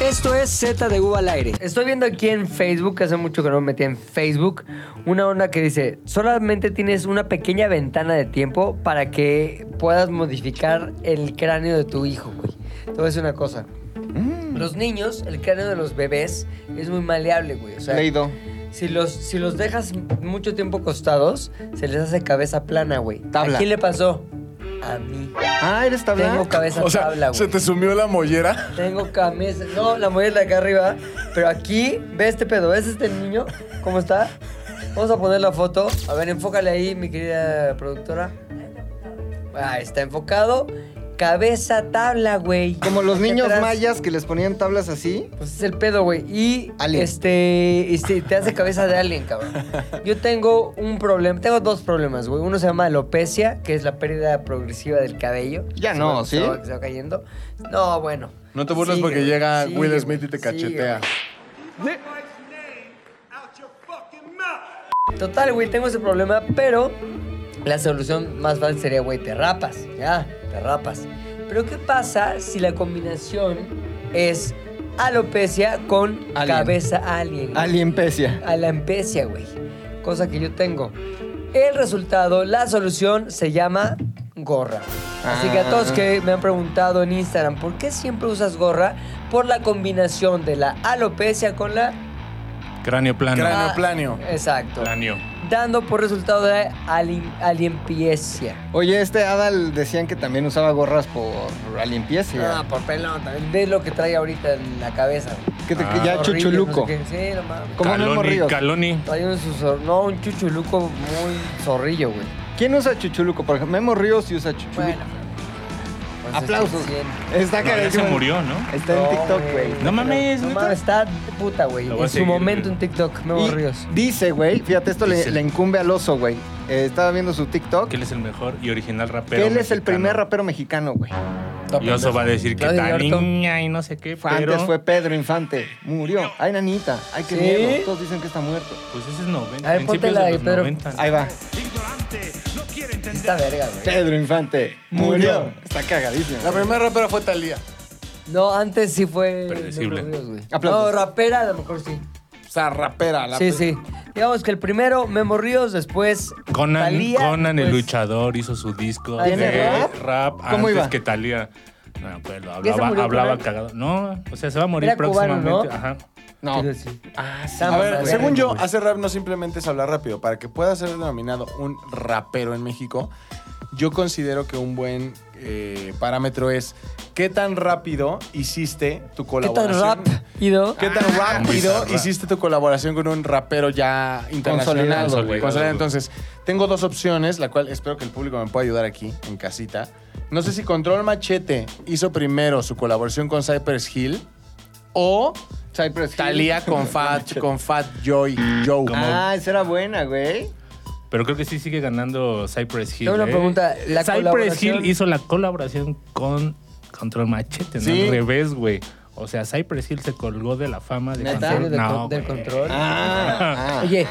Esto es Z de U al aire. Estoy viendo aquí en Facebook, que hace mucho que no me metí en Facebook, una onda que dice, solamente tienes una pequeña ventana de tiempo para que puedas modificar el cráneo de tu hijo, güey. Te voy a decir una cosa. Los niños, el cráneo de los bebés es muy maleable, güey. O sea, Leído. si los, si los dejas mucho tiempo acostados, se les hace cabeza plana, güey. Tabla. ¿A quién le pasó? A mí. Ah, eres tabla. Tengo cabeza O sea, tabla, güey. se te sumió la mollera. Tengo camisa. No, la mujer de acá arriba. Pero aquí, ve este pedo. ¿Ves este niño? ¿Cómo está? Vamos a poner la foto. A ver, enfócale ahí, mi querida productora. Ah, está enfocado. Cabeza tabla, güey. Como los Hacia niños atrás. mayas que les ponían tablas así. Pues es el pedo, güey. Y Alien. este. Y sí, te hace cabeza de alien, cabrón. Yo tengo un problema. Tengo dos problemas, güey. Uno se llama alopecia, que es la pérdida progresiva del cabello. Ya Se no, va- ¿sí? Se va, se va cayendo. No, bueno. No te burles Sigue, porque llega sigue, Will Smith y te sigue, cachetea. güey. Total, güey, tengo ese problema, pero la solución más fácil sería, güey, te rapas. Ya, te rapas. Pero, ¿qué pasa si la combinación es alopecia con Alien. cabeza alien? güey? Alienpecia. a la empecia, güey. Cosa que yo tengo. El resultado, la solución se llama gorra. Así que a todos que me han preguntado en Instagram, ¿por qué siempre usas gorra? Por la combinación de la alopecia con la... Cráneo plano. Cráneo. ah, planio. Exacto. Cráneo. Dando por resultado de alien, alienpiecia. Oye, este Adal decían que también usaba gorras por alienpecia. Ah, por pelón también. Ve lo que trae ahorita en la cabeza. güey. que te- que ah, ya Horrible, chuchuluco. no sé qué. Sí, no mames. Como Memo Caloni, Ríos. Caloni. Trae un, susor- no, un chuchuluco muy zorrillo, güey. ¿Quién usa chuchuluco? Por ejemplo, Memo Ríos sí usa chuchuluco. Bueno. pues, Aplausos. este, cien. Está No, ya se carísimo. murió, ¿no? Está en TikTok, güey. No mames, No ¿neta? mames, está de puta, güey. Lo En voy a su seguir, momento güey. en TikTok, Memo Y Ríos. Dice, güey, fíjate, esto le, Dice. le incumbe al oso, güey. Eh, estaba viendo su TikTok. Que él es el mejor y original rapero. que él es el mexicano. primer rapero mexicano, güey. Y Oso va a decir que Claudio está Yorto. niña y no sé qué, Fue- pero... Antes fue Pedro Infante. Murió. Ay, nanita. Ay, qué ¿Sí? miedo. Todos dicen que está muerto. Pues ese es 90. A ver, principios póntela de ahí, los Pedro. 90. Ahí va. Está verga, güey. Pedro Infante. Murió. Está cagadísimo. La primera rapera fue Talía. No, antes sí fue. Predecible. Memo Ríos, güey. No, Aplausos. rapera a lo mejor sí. O sea, rapera. La Sí, sí. Digamos que el primero, Memo Ríos, después. Conan, Thalía, Conan el después- luchador hizo su disco ¿Tiene de pues. rap? rap ¿Cómo antes iba? que Talía. No, pues lo ¿Ya se hablaba, murió hablaba Conan? cagado. No, o sea, se va a morir Era cubano, próximamente. ¿no? Ajá. No. Sí, sí. Ah, sí. Está A ver, mamá, según güey. yo, hacer rap no simplemente es hablar rápido. Para que pueda ser denominado un rapero en México, yo considero que un buen eh, parámetro es qué tan rápido hiciste tu ¿Qué tan colaboración. rap, Ido? ¿Qué tan rápido bizarra. hiciste tu colaboración con un rapero ya internacional? Consolidado, güey? güey. Consolidado. Entonces, tengo dos opciones, la cual espero que el público me pueda ayudar aquí, en casita. No sé si Control Machete hizo primero su colaboración con Cypress Hill o Cypress Hill. Thalía con Fat, con Fat Joy, Joe. ¿Cómo? Ah, esa era buena, güey. Pero creo que sí sigue ganando Cypress Hill. Tengo una ¿eh? pregunta, la Cypress colaboración- Hill hizo la colaboración con Control Machete, ¿no? Sí. Al revés, güey. O sea, Cypress Hill se colgó de la fama de ¿Neta? Control. Del No, con- del güey. control. Ah, ah. Oye,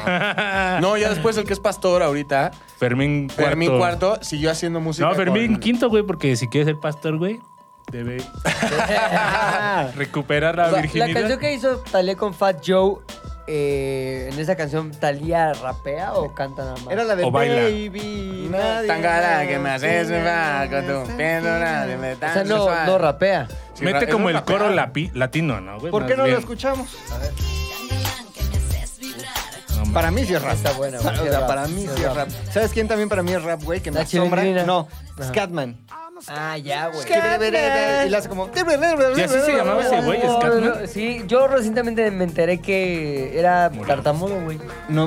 No, ya después el que es pastor ahorita, Fermín Cuarto. Fermín Cuarto, siguió haciendo música. No, Fermín con- Quinto, güey, porque si quieres ser pastor, güey, debe recuperar la Ah. o sea, virginidad. la canción que hizo Talía con Fat Joe, eh, en esa canción, ¿Talía rapea o canta nada más? Era la de O baila. Baby. nadie Tangara más que me haces quiere va, con tu hacer pelo, nada, que- me o sea, no, danzas, no rapea. Sí, Mete ra- como es el un coro rapero. lapi- latino, ¿no, güey? ¿Por Más qué no bien. lo escuchamos? No, Para mí sí es rap. Está buena, O sea, güey, sí es rap, para mí sí sí es rap. ¿Sabes quién también para mí es rap, güey? Que me La asombra. chilindrina. No, Ajá. Scatman. Ah, ya, güey. Y le hace como... Y así se llamaba ese güey, Scatman. Sí, yo recientemente me enteré que era Murió. tartamudo, güey. No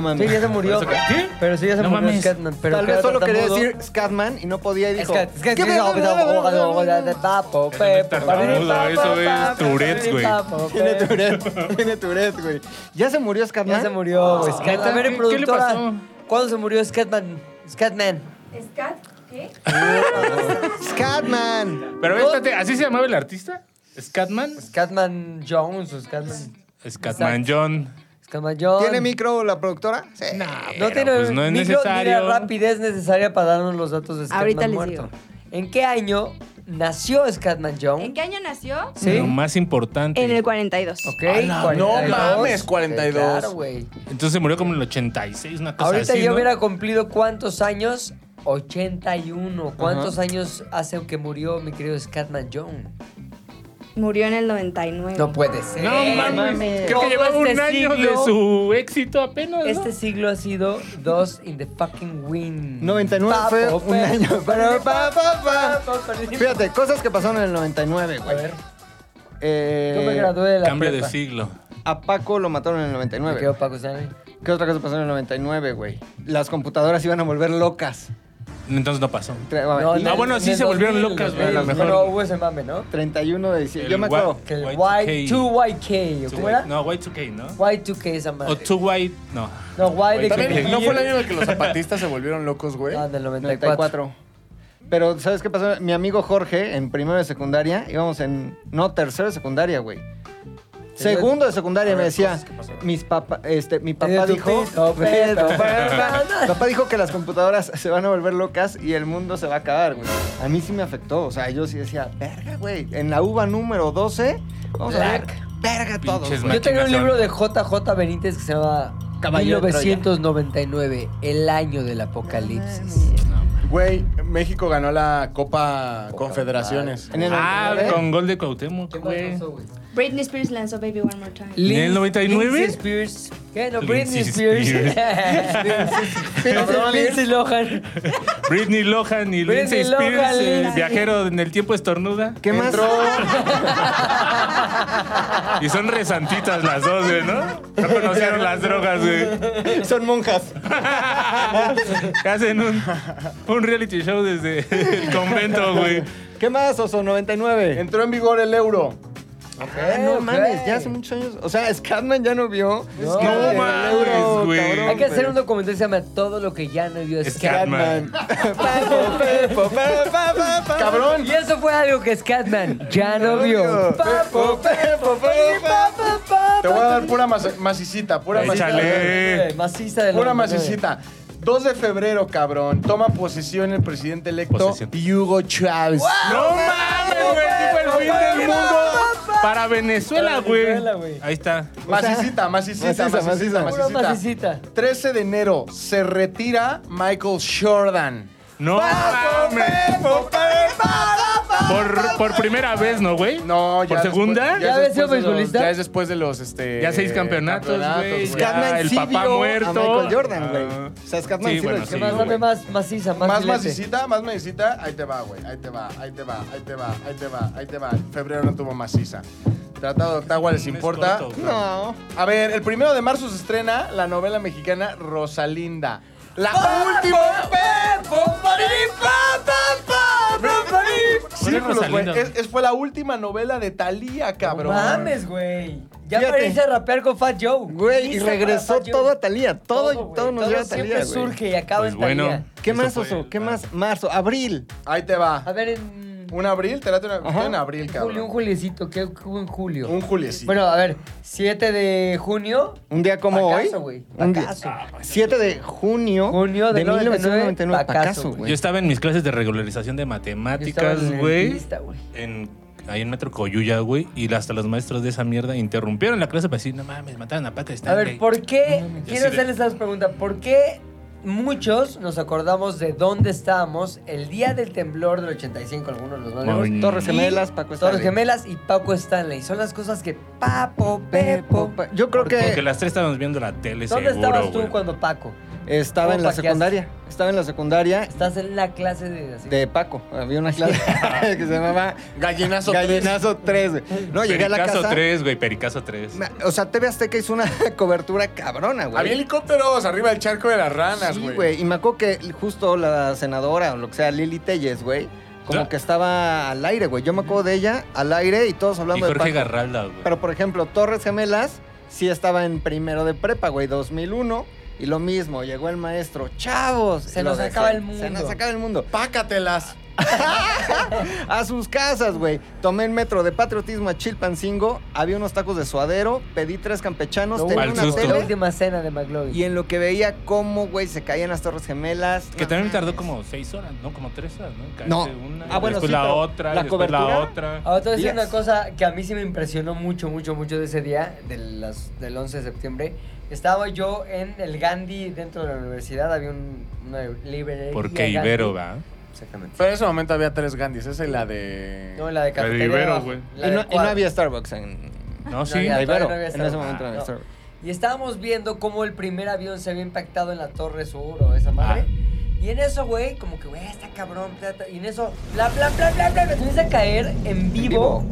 Sí, ya mames. se murió. ¿Por eso qué? ¿Sí? Pero sí, ya se No murió mames. Scatman. Pero Tal que vez era solo quería tartamudo. decir Scatman y no podía y dijo... Scat- Scat- "¿Qué Scat- me- tartamudo, eso es Tourette's, güey. Tiene Tourette, tiene Tourette, güey. ¿Ya se murió Scatman? Ya se murió, güey. Scatman. ¿Neta? A ver, Ah, ¿Qué- qué le productora, pasó? ¿cuándo se murió Scatman? Scatman. ¿Scat? ¿Qué? Scatman. Pero espérate, ¿así se llamaba el artista? ¿Scatman? Scatman Jones o Scatman... Scatman John. Scatman Jones. ¿Tiene micro la productora? Sí. No Pero, tiene pues, no es micro ni la necesario. rapidez necesaria para darnos los datos de Scatman Ahorita les muerto. digo. ¿En qué año nació Scatman Jones. ¿En qué año nació? ¿Sí? Lo más importante. En el 42. Ok, Ala, 42. no mames, Sí, 42. Claro, güey. Entonces murió como en el 86, una cosa Ahorita así, yo ¿no? hubiera cumplido cuántos años. 81. ¿Cuántos años hace que murió mi querido Scatman Jones? Murió en el 99. Eh, No puede ser. No mames. Creo que lleva Todo un este año siglo- de su éxito apenas. ¿no? Este siglo ha sido dos in the fucking wind. 99 fue un año. Pero, pa, pa, pa. Fíjate. Fíjate, cosas que pasaron en el 99, A güey. ver, Eh, yo me gradué de la Cambio de prepa. siglo. A Paco lo mataron en el Me 99. quedo Paco Stanley. ¿Qué otra cosa pasó en el 99, güey? Las computadoras iban a volver locas. Entonces no pasó. Y- no, Ah, bueno, sí en se el volvieron 2000, locas, güey, a lo Pero mejor. hubo ese mame, ¿no? 31 de diciembre. El Yo me guay- acuerdo. Que el Y2K. Y2YK, Two ¿cómo white- era? No, Y2K, ¿no? Y2K esa O madre. Two White, no. No, Y de También, que- ¿No fue el año en el que los zapatistas se volvieron locos, güey? Ah, del 94. 94. Pero, ¿sabes qué pasó? Mi amigo Jorge, en primero de secundaria, íbamos en. No, tercero de secundaria, güey. Segundo de secundaria me decía, mis papá, este, mi papá Te dio tu dijo, pito, pero- papá dijo que las computadoras se van a volver locas y el mundo se va a acabar, güey. A mí sí me afectó, o sea, yo sí decía, verga, güey, en la uva número 12 vamos a ver, Black. verga todos. Pinches Ah, güey". Yo tenía un Machinazón. libro de JJ Benítez que se llama Caballero de Troya. 1999, el año del apocalipsis. Güey, México ganó la Copa Confederaciones. En el Ah, 99, con gol de Cuauhtémoc, güey. Britney Spears lanzó Baby One More Time. ¿En el 99? Lindsay Spears. ¿Qué? No, Britney Lindsay Spears. Spears. Lindsay Lohan. Britney Lohan y Lindsay Britney Lohan, Spears, el Lindsay. viajero en el tiempo estornuda. ¿Qué más? Entró Y son resantitas las dos, güey, ¿no? No conocieron las drogas, güey. Son monjas. Hacen un, un reality show desde el convento, güey. ¿Qué más, Oso? 99. Entró en vigor el euro. Ah, no Ok. mames, ya hace muchos años. O sea, Scatman ya no vio. No Scatman del mames, Euro, güey. cabrón, Hay que hacer pero- un documental que se llama Todo lo que ya no vio Scatman. Scatman. Pepo, pepo, pa, pa, pa. ¡Cabrón! Y eso fue algo que Scatman ya no vio. Pepo, pepo, pepo, pa, pa, pa. Te voy a dar pura mas- macicita, pura macicita. Échale. Maciza de la Pura novela. macicita. 2 de febrero, cabrón. Toma posesión el presidente electo Posesión. Hugo Chávez. No mames, güey. sí fue el fin del mundo. Para Para Venezuela, Venezuela, güey. güey. Ahí está. Macicita, maciza, macicita, macicita, Pura macicita. macicita. 13 de enero se retira Michael Jordan. No mames. Por, por primera vez, ¿no, güey? No, ya ¿Por segunda? después- ¿Ya es había sido después de los- beisbolista? Ya es después de los este Ya seis campeonatos, güey. güey. Ya Scatman el sí papá vio muerto. a Michael Jordan, güey. Ah. O sea, Scatman Sí, sí lo bueno, hizo. sí, Más, güey. dame más maciza, más, Más filete. macicita, más macicita, ahí te va, güey. Ahí te va, ahí te va, ahí te va, ahí te va, ahí te va. Febrero no tuvo maciza. Tratado de Ottawa les Un mes importa. corto, güey. No. A ver, el primero de marzo se estrena la novela mexicana Rosalinda. La última. Sí, ¿Cuál es pues, güey, Rosalinda? es- es- fue la última novela de Thalía, No cabrón. mames, güey. Ya Ah, Fíjate. parece rapear con Fat Joe. Güey, y Lista para regresó Fat Joe. todo a Talía. Todo, todo, güey. nos lleva a Talía, siempre surge y acaba Pues en bueno. Thalía. ¿Qué Eso más, fue Oso? el- ¿Qué más? Marzo, abril. Ahí te va. A ver, en Un abril, te late una, Ajá. en abril, cabrón. julio, un juliecito. ¿Qué qué hubo en julio? Un juliecito. Bueno, a ver, 7 de junio. Un día como Pacaso, hoy. güey, Un día- pacaso. 7 de junio, Junio de del 1999. 99, Pacaso, güey. Yo güey. estaba en mis clases de regularización de Yo estaba matemáticas, en el güey. dentista, güey. En, ahí en Metro Coyuya, güey. Y hasta los maestros de esa mierda interrumpieron la clase para decir, no mames, mataron a Paca A Stanley. ver, ¿por qué? Quiero Así de- hacerles esa pregunta. ¿Por qué muchos nos acordamos de dónde estábamos el día del temblor del 85? Algunos los valemos. Muy- Torres Y Gemelas, Paco Torres Stanley. Gemelas y Paco Stanley. Son las cosas que Papo, Pepo. Pepo, pa- Yo creo Porque que las tres estábamos viendo la tele, ¿Dónde seguro, estabas tú güey. cuando Paco? estaba en la Paqueaste. secundaria. Estaba en la secundaria Estás en la clase de... así. de Paco. Había una clase que se llamaba Gallinazo. Gallinazo 3. güey. No, llegué a la Pericazo casa. 3, güey, Pericazo 3. Ma- O sea, TV Azteca hizo una cobertura cabrona, Había güey. helicópteros arriba del charco de las ranas, Sí, güey. güey. Y me acuerdo que justo la senadora o lo que sea, Lili Telles, güey, como Ya. que estaba al aire, güey. Yo me acuerdo de ella al aire y todos Y hablando de Jorge Paco. Garralda, güey. Pero por ejemplo, Torres Gemelas sí estaba en primero de prepa, güey, 2001. Y lo mismo, llegó el maestro, chavos. Se Y lo nos de- acaba el Se mundo. nos acaba el mundo. Pácatelas. a sus casas, güey. Tomé el metro de patriotismo a Chilpancingo, había unos tacos de suadero, pedí tres campechanos, Lo tenía mal una susto. La tele. última cena de McLovin. Y en lo que veía cómo, güey, se caían las Torres Gemelas. Que no también me tardó mames. como seis horas, ¿no? Como tres horas, ¿no? Caerte No. Una, Ah, bueno, después sí, la pero otra, la la después la cobertura- Ah, otra. Ahora Ah, te voy a decir Días. una cosa que a mí sí me impresionó mucho, mucho, mucho de ese día, de las- del 11 de septiembre. Estaba yo en el Gandhi dentro de la universidad, había un, una librería. Porque Gandhi. Ibero, va. Exactamente. Pero en ese momento había tres Gandhis. Esa es la de. No, la de La de cafetería. Ibero, abajo, güey. la Y del no, y no cuadro. había Starbucks en, No, sí. había- en todavía Ibero. no había en ese Starbucks. momento no había No. Starbucks. Y estábamos viendo cómo el primer avión se había impactado en la Torre Sur o esa madre. Y en eso, güey, como que, güey, está cabrón. ta, ta, Y en eso, bla, bla, bla, bla, bla, me comienza a caer en vivo.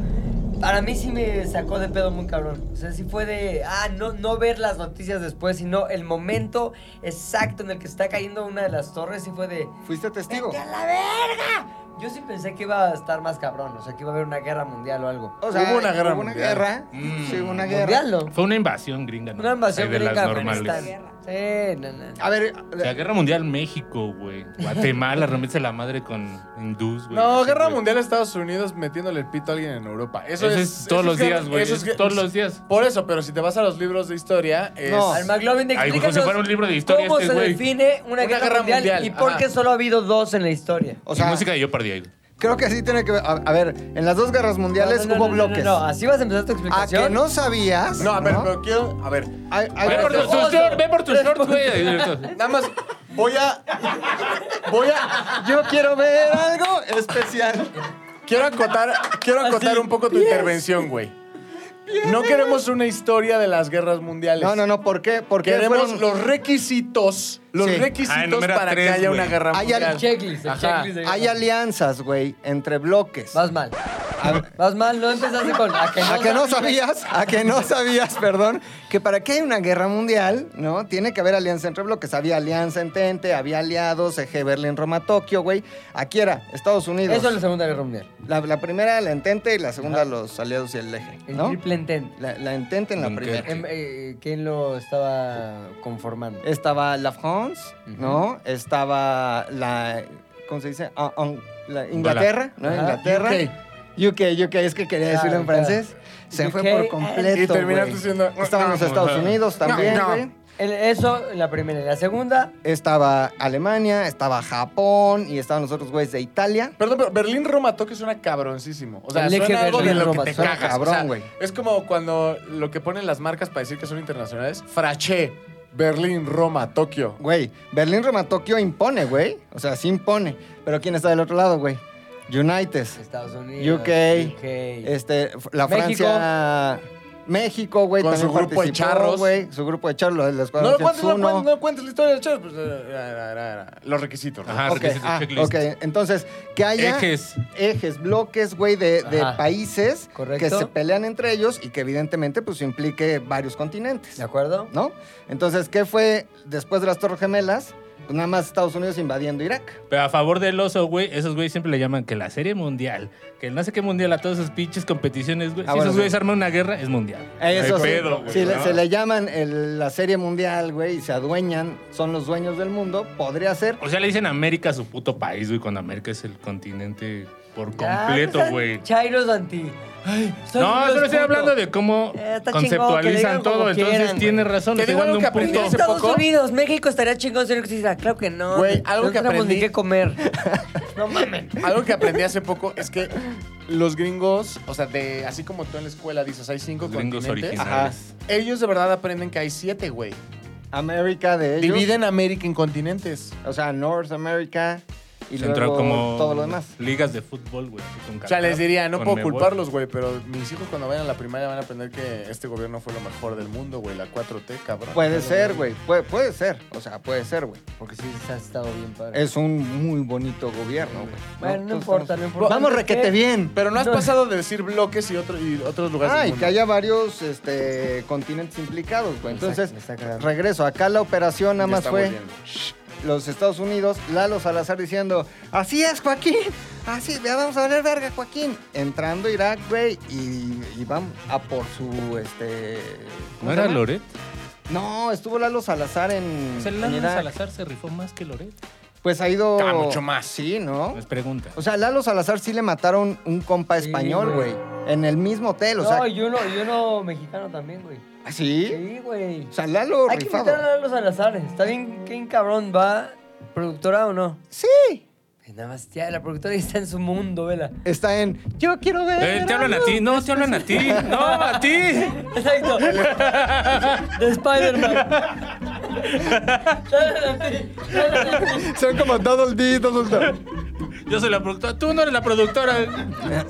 Para mí sí me sacó de pedo muy cabrón. O sea, sí fue de, ah, no, no ver las noticias después, sino el momento exacto en el que está cayendo una de las torres, sí fue de, ¿Fuiste testigo? ¡vete a la verga! Yo sí pensé que iba a estar más cabrón, o sea, que iba a haber una guerra mundial o algo. O sea, Hubo una guerra Hubo una mundial. guerra. Mm. Sí, hubo una guerra. Mundial, ¿no? Fue una invasión gringa, ¿no? Una invasión Ahí de gringa las a normales. Afganistán. Sí, no, no. A ver, La Guerra Mundial México, güey. Guatemala, remédice la madre con hindús, güey. No, Así, guerra güey. mundial de Estados Unidos metiéndole el pito a alguien en Europa. Eso, Eso es, todos eso los es guerra- días, güey. eso es es guer- todos los días. Por eso, pero si te vas a los libros de historia, es. No. Al McLovin, Ay, güey, explícanos como si fuera un libro de historia cómo este, se güey. define una, guerra, mundial, y por ajá. qué solo ha habido dos en la historia. o Y sea, música de yo perdí ahí. güey. creo que sí tiene que ver. A, a ver, en las dos guerras mundiales No, no, no, hubo no, bloques. No, no, así vas a empezar tu A que explicación. no sabías. No, a ver, pero quiero. A ver, Hay- hay- Ve por tu Oso. short, ve por tu Tres short, güey. nada más voy a. Voy a. Yo quiero ver algo especial. Quiero acotar, quiero acotar un poco tu intervención, güey. No queremos una historia de las guerras mundiales. No, no, no, ¿por qué? Porque Queremos fueron- los requisitos. Los Sí. Ah, el requisitos número para que tres, haya güey. una guerra Hay al mundial. El checklist, el Ajá. checklist de- hay alianzas, güey, entre bloques. Vas mal. Vas mal, no empezaste con a que no, A que no sabías, a que no sabías, perdón, que para que haya una guerra mundial, ¿no? Tiene que haber alianza entre bloques. Había alianza entente, había aliados, eje Berlín, Roma, Tokio, güey. Aquí era Estados Unidos. Eso es la Segunda Guerra Mundial. La, la primera, la entente, y la segunda, los aliados y el eje, El ¿no? triple entente. La, la entente en la Nunca. primera. Em, eh, ¿Quién lo estaba conformando? Estaba la France, ¿no? Estaba la. ¿Cómo se dice? Ah, ah, la Inglaterra, ¿no? Ajá. Inglaterra. UK. UK, es que quería decirlo en Claro, eh. francés. Se fue UK, por completo. y terminaste güey. siendo- Estaban los Estados Unidos también, no. güey. El- eso, la primera. Y la segunda, Estaba Alemania, estaba Japón y estaban los otros güeyes de Italia. Perdón, pero Berlín Roma Tokio suena cabroncísimo. O sea, El eje suena algo de Berlín, lo Roma, que te suena cagas. cabrón, o sea, güey. es como cuando lo que ponen las marcas para decir que son internacionales. Fraché, Berlín, Roma, Tokio. Güey, Berlín, Roma, Tokio impone, güey. O sea, sí impone. Pero ¿quién está del otro lado, güey? United. Estados Unidos. UK, UK. Este, f- la México. Francia, México, güey, Con también su grupo de participó, charros. güey, su grupo de charros, la No, escuadra lo cuentes, no, 101. cuentes, no cuentes la historia del Chávez. Pues, eh, era, era, era. Los requisitos. ¿no? Ajá, Ok, requisitos, ah, checklist. ok, entonces, que haya Ejes. ejes, bloques, güey, de, de Ajá. países Correcto. que se pelean entre ellos y que evidentemente pues implique varios continentes, ¿De acuerdo? ¿no? Entonces, ¿qué fue después de las Torres Gemelas? Pues nada más Estados Unidos invadiendo Irak. Pero a favor del oso, güey, esos güeyes siempre le llaman que la serie mundial, que el no sé qué mundial a todas esas pinches competiciones, güey. Ah, si bueno, esos sí. güeyes arman una guerra, es mundial. Eso Ay, sí. pedo, güey, si le- ¿no? se le llaman el- la serie mundial, güey, y se adueñan, son los dueños del mundo, podría ser. O sea, le dicen América a su puto país, güey, cuando América es el continente por Ya, pues, completo, no sean güey. Chairos anti. Ay, soy No, un solo estoy puto. hablando de cómo Eh, está chingón, que digan conceptualizan como todo. quieran, Entonces güey. tiene razón, Te estoy digo dando algo un que aprendí punto. hace Estados poco? Unidos, México estaría chingón si no existiera. Claro que no. Güey, algo no que tenemos aprendí- ni qué comer. no mames. Algo que aprendí hace poco es que los gringos, o sea, de, así como tú en la escuela dices, hay cinco Los gringos continentes. ah, originales. Ellos de verdad aprenden que hay siete, güey. América de ellos. Dividen América en continentes. O sea, North America y Se entró luego como todo lo demás. ligas de fútbol, güey. con O sea, Qatar, les diría, no con puedo Mebol. culparlos, güey, pero mis hijos cuando vayan a la primaria van a aprender que este gobierno fue lo mejor del mundo, güey, la 4T, cabrón. Puede ser, güey. Puede, puede ser. O sea, puede ser, güey. Porque sí, has estado bien padre. Es un muy bonito gobierno, güey. Bueno, no Todos importa, estamos- lo importante Vamos es que- requete bien. Pero no has No. pasado de decir bloques y, otro, y otros lugares Ah, del y mundo. que haya varios este, continentes implicados, güey. Me está- Entonces, me está cagando. regreso. Acá la operación nada Ya más está fue muy bien. los Estados Unidos, Lalo Salazar diciendo, así es, Joaquín. Así, ya vamos a valer verga, Joaquín. Entrando Irak, güey, y, y vamos a por su, este... ¿cómo se ¿No era llama? Loret? No, estuvo Lalo Salazar en. O sea, en Lalo Irak. Salazar se rifó más que Loret. pues ha ido... Ah, mucho más. Sí, ¿no? Las preguntas. O sea, Lalo Salazar sí le mataron un compa Pues- Sí, español, güey. güey. En el mismo hotel, o sea... No, y uno, y uno mexicano también, güey. ¿Ah, ¿Sí? Sí, güey. O sea, Lalo Hay que rifado. invitar a los Salazar. Está bien, ¿quién cabrón va? ¿Productora o no? Sí. Nada más, tía, la productora está en su mundo, vela. Está en... Yo quiero ver... Eh, te hablan a ti, no, te hablan a ti, no, a ti. Exacto. De Spider-Man. Son como double D, double D. Yo soy la productora, tú no eres la productora.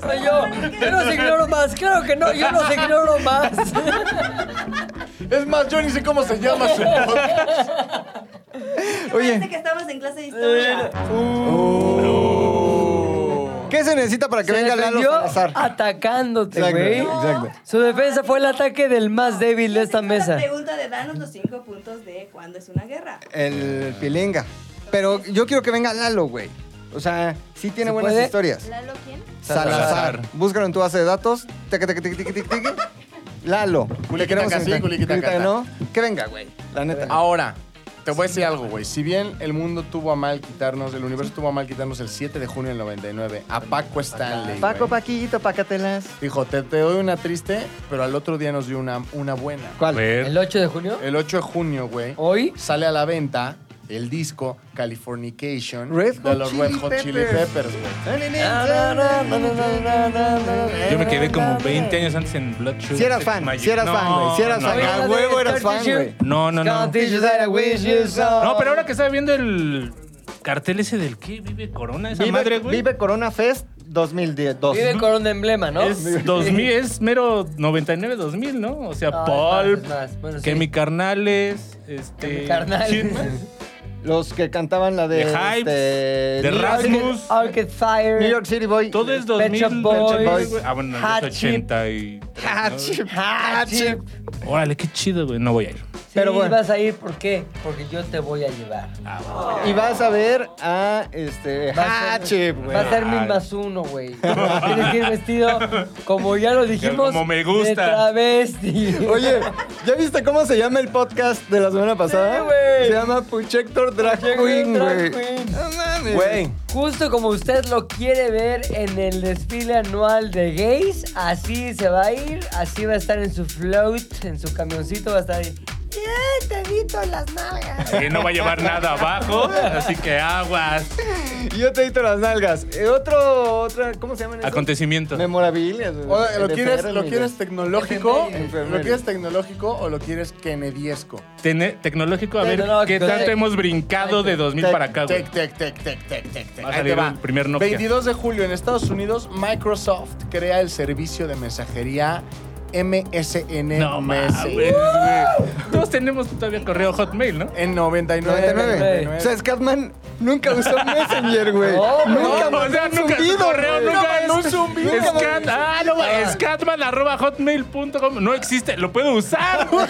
Soy yo. Yo los ignoro más. Claro que no, yo los ignoro más. Es más, yo ni sé cómo se llama su podcast. Oye. Parece que estamos en clase de historia. ¿Qué se necesita para que Se venga Lalo defendió Salazar? atacándote, Exacto, güey. exacto. Su defensa fue el ataque del más débil de esta Tengo una mesa. pregunta de danos los cinco puntos de cuándo es una guerra. El Pilinga. Pero yo quiero que venga Lalo, güey. O sea, sí tiene ¿Se buenas puede? historias. ¿Lalo quién? Salazar. Salazar. Búscalo en tu base de datos. Teque, teque, teque, teque, teque, teque. Lalo. Culiquita acá sí, invitar. culiquita acá Culiquita, está. ¿no? Que venga, güey. La neta. Ahora, te voy a decir algo, güey. Si bien el mundo tuvo a mal quitarnos, el universo tuvo a mal quitarnos el 7 de junio del 99 a Paco Stanley. Paco, güey. Paquito, Pacatelas. Dijo, te, te doy una triste, pero al otro día nos dio una, una buena. ¿Cuál? Ver. El 8 de junio, El 8 de junio, güey, hoy, sale a la venta el disco Californication Red de Hot los Chili Red Hot Chili Peppers. Peppers, güey. Yo me quedé como 20 años antes en Blood Sugar. Si eras fan, Magic. si eras No, fan, güey. Si eras no, fan. no. A huevo eras fan, güey. No, no, no. Can't teach you that I wish you so. No, pero ahora que estaba viendo el cartel ese del que vive Corona, esa Vive, madre, güey. Vive Corona Fest 2002. Vive con un emblema, ¿no? Es 2000, es mero 99 2000, ¿no? O sea, Ah, No, Paul, es más, es más. Bueno, que sí. mi carnales, este Que mi carnal. Chipman. Los que cantaban la de... De Hypes, este, de New York- Rasmus. Arcade Fire. New York City Boy. Todo es 2000, Pet Shop güey. Boys, Ah, bueno, Hot los 80 y Hachip, Hachip. hachip. Órale, qué chido, güey. No voy a ir. Pero Pero bueno. bueno. vas a ir, ¿por qué? Porque yo te voy a llevar. Y vas a ver a este Va a ser- Hachip, güey. Va a ser Ah. mi más uno, güey. Tienes que ir vestido, como ya lo dijimos, Como me gusta. de travesti. Oye, ¿ya viste cómo se llama el podcast de la semana pasada? Sí, güey. Se llama Puchector Drag Puchector Queen, Drag güey. Queen. No mames. Güey, Justo como usted lo quiere ver en el desfile anual de gays, así se va a ir, así va a estar en su float, en su camioncito, va a estar ahí. ¡Eh, te evito las nalgas! Que no va a llevar nada abajo, así que aguas. Yo te edito las nalgas. Eh, Otro, otra, ¿cómo se llaman esos? Acontecimientos. Memorabilia. güey. o- ¿lo El quieres, enfermo, ¿lo güey. quieres tecnológico? Enfermería. ¿Lo quieres tecnológico o lo quieres kennediesco? Tene- tecnológico, a ver Tecnológico. qué tanto Tec- hemos brincado de 2000 Tec, para acá, güey. Tec, tec, tec, tec, tec, tec, tec. Va a Ahí salir te va. el primer Nokia. 22 de julio en Estados Unidos, Microsoft crea el servicio de mensajería MSN No mames, Messenger. güey. Todos tenemos todavía correo Hotmail, ¿no? En 99. 99. O sea, Scatman nunca usó Messenger, güey. No, nunca o sea, mandó un nunca zumbido, correo, güey. nunca mandó un es- zumbido. Scat- ah, no, va, Scatman arroba hotmail.com. No existe, lo puedo usar. güey.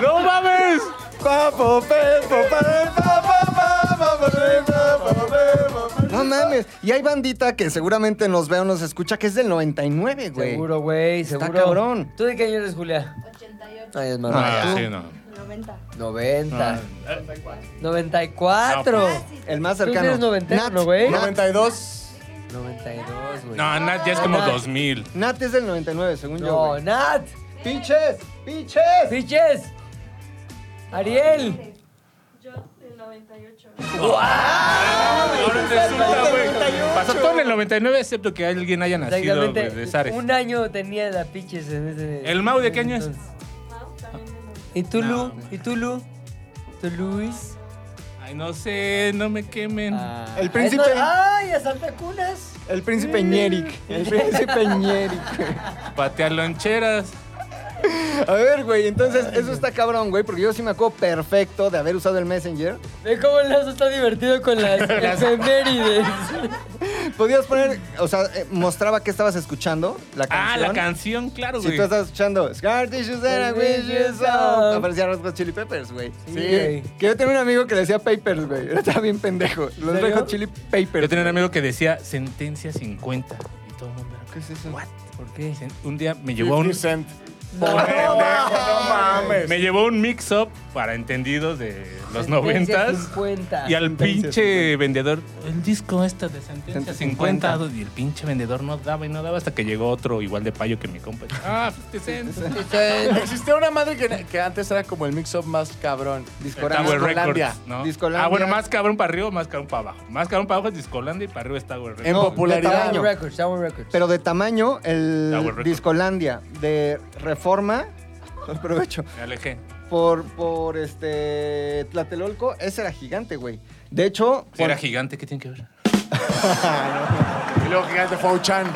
no mames. Papo, pepo, pa, pa, pa, pa, pa, pa, pe, pa, pa, pe, pa, pa. No mames. Y hay bandita que seguramente nos ve o nos escucha que es del 99, güey. Seguro, güey, Está seguro. cabrón. ¿Tú de qué año eres, Julia? 88, Ay, es No, mamá. ya, tú. sí, no. 90. 90. Eh, Ah. 94. No, El más Tú sí cercano. eres noventero, Nat, ¿no, güey? Nat, 92. 92, güey. No, Nat ya es como Nat. 2000. Nat es del 99, según yo. No, güey. Nat. ¡Pinches! ¡Pinches! Biches. Ariel. Yo del 98. Ahora resulta, güey. Pasó todo en el 99, excepto que alguien haya nacido güey, pues, de Zares. un año tenía la Piches en ese. ¿El Mau de qué año es? ¿Y tú, No, Lu? ¿Y tú, Lu? ¿Tú, Luis? Ay, no sé, no me quemen. Ah, El príncipe- es no- ¡Ay, a Santa Cunas! El príncipe Ñeric. El príncipe Ñeric. güey. Patear loncheras. A ver, güey, entonces eso está cabrón, güey, porque yo sí me acuerdo perfecto de haber usado el Messenger. Ve cómo el lazo está divertido con las efemérides. Podías poner, o sea, eh, mostraba qué estabas escuchando, la canción. Ah, la canción, claro, Si güey. tú estás escuchando Scar Tissue that I wish you so", aparecía Red Hot Chili Peppers, güey. Sí, güey. Que yo tenía un amigo que le decía Papers, güey. Estaba bien pendejo. Los serio? Red Hot Chili Yo Papers. tenía un amigo que decía sentencia 50. Y todo el mundo era, ¿Qué es eso? ¿What? ¿Por qué? Un día me llevó a un. 50 cent. Pendejo, No mames. Me llevó un mix-up para entendidos de los Sentencia noventas. 50. Y al Sentencia pinche vendedor, el disco este de Sentencia Sentencia 50, y el pinche vendedor no daba y no daba hasta que llegó otro igual de payo que mi compa. Ah, 50 cents. Existía una madre que, que antes era como el mix-up más cabrón. Discorama. Tower Discolandia, Records, ¿no? Discolandia. Ah, bueno, más cabrón para arriba, más cabrón para abajo. Más cabrón para abajo es Discolandia y para arriba es Tower Records. En No, popularidad. de Tower Records, Tower Records. Pero de tamaño, Tower el Records. Discolandia de Reforma, aprovecho, Me alejé. por, por este Tlatelolco, ese era gigante, güey. De hecho, Si por- era gigante, ¿qué tiene que ver? Y luego gigante Fauchan.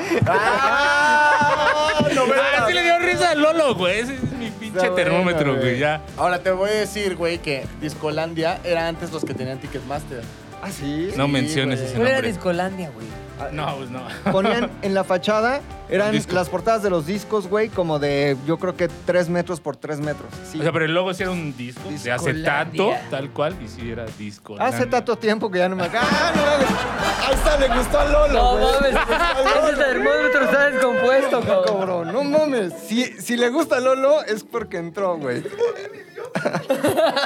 ¡Ah! No me Ah, da. sí le dio risa al Lolo, güey. Ese es mi pinche Está termómetro, bueno, güey. Ya. Ahora te voy a decir, güey, que Discolandia era antes los que tenían Ticketmaster. ah, sí. No Sí, menciones güey. ese ¿Cuál era nombre. Discolandia, güey? No, pues no. Ponían en la fachada, eran Un disco. las portadas de los discos, güey, como de, yo creo que 3 metros por 3 metros. Sí. O sea, pero el logo sí era un disco de acetato, Discolandia. tal cual, y sí era disco. Hace tanto tiempo que ya no me acuerdo. ¡Ah, no mames! Ahí está, le gustó a Lolo, No güey. mames, ese termómetro está descompuesto, cabrón. Ah, Cabrón, no mames. Si, si le gusta a Lolo es porque entró, güey.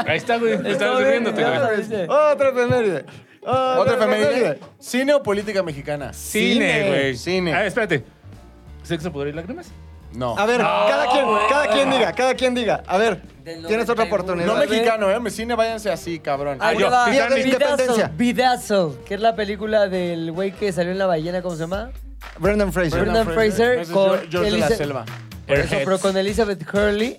Ahí está, güey. Estamos bien, riéndote, ya, güey. dice. Otra efeméride. Otra femenina. ¿Cine o política mexicana? Cine, güey. Cine. Ah, espérate. ¿Sexo, poder y lágrimas? No. A ver, cada quien, cada quien diga, cada quien diga. A ver, Del tienes otra 91. oportunidad. no a ver. mexicano, ¿eh? Mi cine, váyanse así, cabrón. Ah, Ahí yo, le va. Día de la Independencia. Bedazzle, Bedazzle, que es la película del güey que salió en la ballena, ¿cómo se llama? Brendan Fraser. Brendan Fraser Ese es con George- George de la Elisa- Eh, Selva. Por eso, Airheads. pero con Elizabeth Hurley.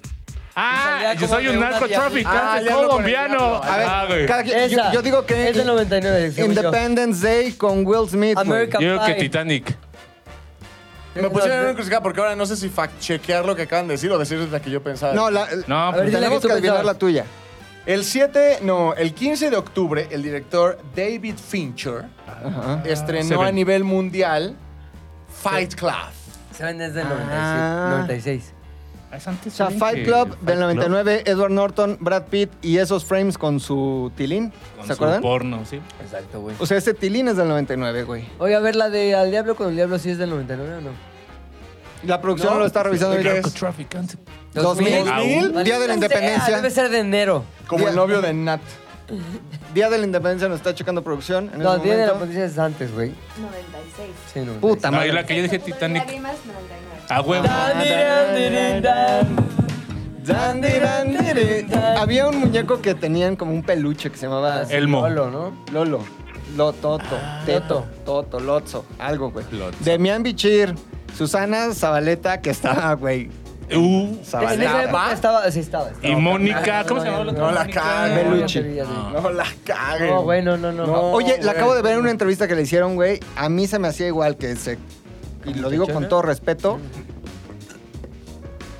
Ah, Salía yo como soy de un una narcotraficante diablita. Ah, ya lo colombiano. conectamos. A ver, Ah, güey. cada quien, yo, Esa. yo digo que Es del 99. según yo. Independence Day con Will Smith. güey. American Yo creo que Pie. Titanic. Me pusieron en una crucificada porque ahora no sé si fact-chequear lo que acaban de decir o decir la que yo pensaba. No, la, No, no pues- dile que tenemos tú que adivinar pensabas. la tuya. El 7, no, el 15 de octubre, el director David Fincher estrenó Seven. a nivel mundial Fight Club. Se ven desde el Ah. 96. Es antes O sea, también Fight que Club Fight del Club 99, Edward Norton, Brad Pitt y esos frames con su tilín. con ¿Se su acuerdan? porno, sí. 96. Exacto, güey. O sea, ese tilín es del 99, güey. Oye, a ver, la de Al Diablo con el Diablo sí es del 99 o no? La producción No, lo está revisando ¿de qué ahorita. es? Narcotraficante. 2000, Maldita Día de la sea, Independencia. Ah, Debe ser de enero. Como el novio de Nat. Día de la Independencia nos está checando producción. En No, este Día de la momento. Independencia es antes, güey. 96. Sí, no. Puta No, y madre. la que yo dije Sexo, poder y Titanic. Ah, lágrimas, 99. A huevo. Dan, di, dan, di, di. Había un muñeco que tenían como un peluche que se Ah, llamaba Elmo. Lolo, ¿no? Lolo. Lototo, Ah, Teto, Toto, Lotso, algo, güey. Demian Bichir, Susana Zabaleta, que estaba, güey. Uh, En esa Zabaleta. época estaba, sí estaba. estaba. y Mónica. ¿Cómo se No, llamaba la no, otra? no la Mónica? Eh, cagues. Ah, Belucci. No, No la caguen. No, güey, no, no, no. No. Oye, la güey. acabo de ver en una entrevista que le hicieron, güey. A mí se me hacía igual que se. Y lo digo con todo respeto,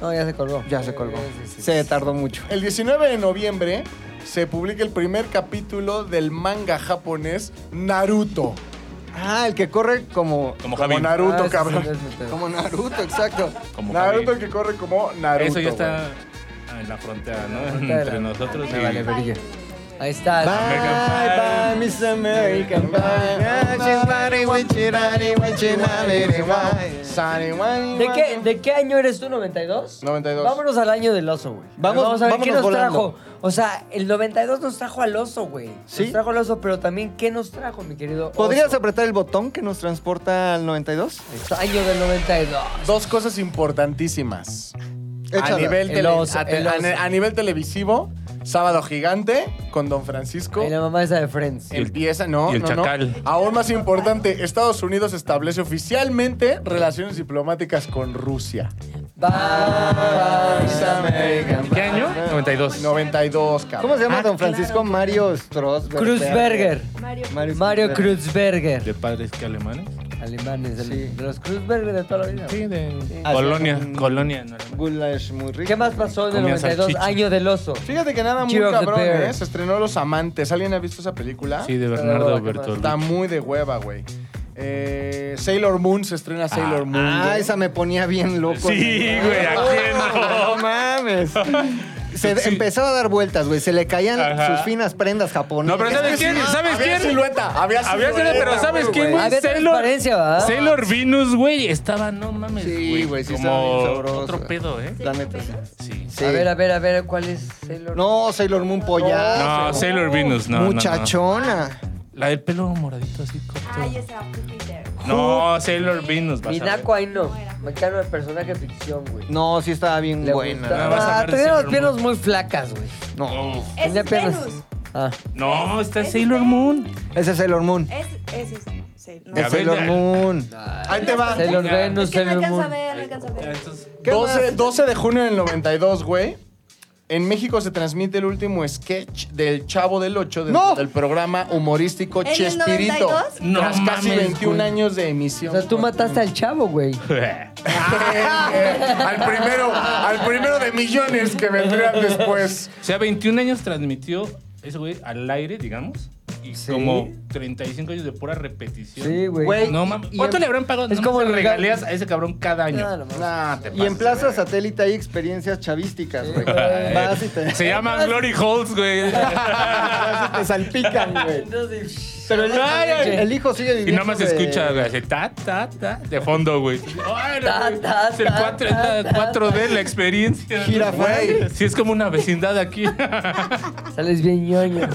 No, ya se colgó. ya se colgó. Eh, sí, sí, sí. Se tardó mucho. El 19 de noviembre se publica el primer capítulo del manga japonés Naruto. Ah, el que corre como. Como Como Javi. Ah, Naruto, ese sí cabrón. es mi pedo. Como Naruto, exacto. Como Javi. Naruto que corre como Naruto. Eso ya güey. está Ah, en la frontera, ¿no? frontera. Entre nosotros Me y- vale verga. Ahí está. Bye, bye, Miss American Bye. Ah, she's mighty when she naughty, when she naughty, naughty, naughty. Sunny, wany, ¿De qué, wany. ¿De qué año eres tú, 92? 92. Vámonos al año del oso, güey. Vamos- Vamos a ver qué vámonos nos volando. trajo. O sea, el 92 nos trajo al oso, güey. Sí. Nos trajo al oso, pero también, ¿qué nos trajo, mi querido? oso? ¿Podrías apretar el botón que nos transporta al 92? Esto, Año del 92. Dos cosas importantísimas. A Échala. nivel, El tele- oso, a, el a- oso. a nivel televisivo, Sábado Gigante con Don Francisco. Y la mamá esa de Friends. Empieza, no, y el no, no. chacal. Aún más importante, Estados Unidos establece oficialmente relaciones diplomáticas con Rusia. Bye. ¿Qué año? 92. 92, cabrón. ¿Cómo se llama Ah, don Francisco Mario Strasberg? Kruzberger. Mario. Mario, Mario Kruzberger. Kruzberger. ¿De padres que alemanes? Alemanes. el- Sí. De los Kruzberger de toda la vida. Sí, de... Ah, Colonia, sí. Colonia. no, alemán. Goulash muy rico. ¿Qué más pasó en el Comían 92? salchicha. Año del oso. Fíjate que nada muy Cheer of the cabrón, Bear. ¿eh? Se estrenó Los Amantes. ¿Alguien ha visto esa película? Sí, de Bernardo ¿qué más? Está Bertolucci. muy de hueva, güey. Eh, Sailor Moon se estrena Sailor Moon. Ah, güey. esa me ponía bien loco. Sí, güey, ¿a quién no? No mames. se Sí. empezaba a dar vueltas, güey. Se le caían Ajá. sus finas prendas japonesas. No, pero ¿sabes quién? ¿Sabes Había quién? silueta, había Había silueta, silueta, pero ¿sabes güey, quién, güey? Había Sailor- transparencia, ¿verdad? Sailor Venus, güey, estaba, no mames, Ah, Sí, güey. güey, sí estaba como bien sabroso, otro güey. pedo, ¿eh? La neta, pues, sí. Sí. Sí. A ver, a ver, a ver, ¿cuál es Sailor? No, Sailor Moon polla. No, Sailor Venus, no. no, no. Muchachona. La del pelo moradito así corto. Ay, esa Júpiter. No, Sailor Venus, vas a ver. Minaco ahí no. Me quedo de personaje ficción, güey. No, sí estaba bien Le buena. gustaba. Ah, vas a Ah, ver tenía Sailor las piernas muy flacas, güey. No. Esa Tenía es piernas. Venus. Ah. No, está Es- Sailor Moon. Ese es Sailor Moon. Es, ese es Sailor. No, Ya Es ves, Sailor ya. Moon. Ahí te va. Sailor Ya. Venus, es que no Sailor alcanza a Moon. ver, no alcanza a ver. Entonces, 12, 12 de junio del 92, güey. En México se transmite el último sketch del Chavo del 8 dentro ¡No! del programa humorístico ¿En el Chespirito. 92? No tras casi mames, 21 güey. años de O emisión. sea, tú mataste al chavo, güey. al primero, al primero de millones que vendrían después. O sea, 21 años transmitió ese güey al aire, digamos. Y Sí. como 35 años de pura repetición. Sí, güey. No mames. y ¿Cuánto en- le habrán pagado? es No como mames, el le regalo. regalías a ese cabrón cada año. Nada más. Nah, te Y en pases Plaza de verga. Satélite hay experiencias chavísticas, güey. Ay. Vas y te, Se llaman Glory Holes, güey. vas y te salpican, güey. Entonces, Pero el, Ay, ay. el hijo sigue Y viviendo. nada más se de- escucha, güey, así, ta, ta, ta, de fondo, güey. Ay, no, Ta, güey. ta, Es el ta, 4, ta, ta, 4D, la experiencia. Gira, güey. Sí, es como una vecindad aquí. sales bien ñoño.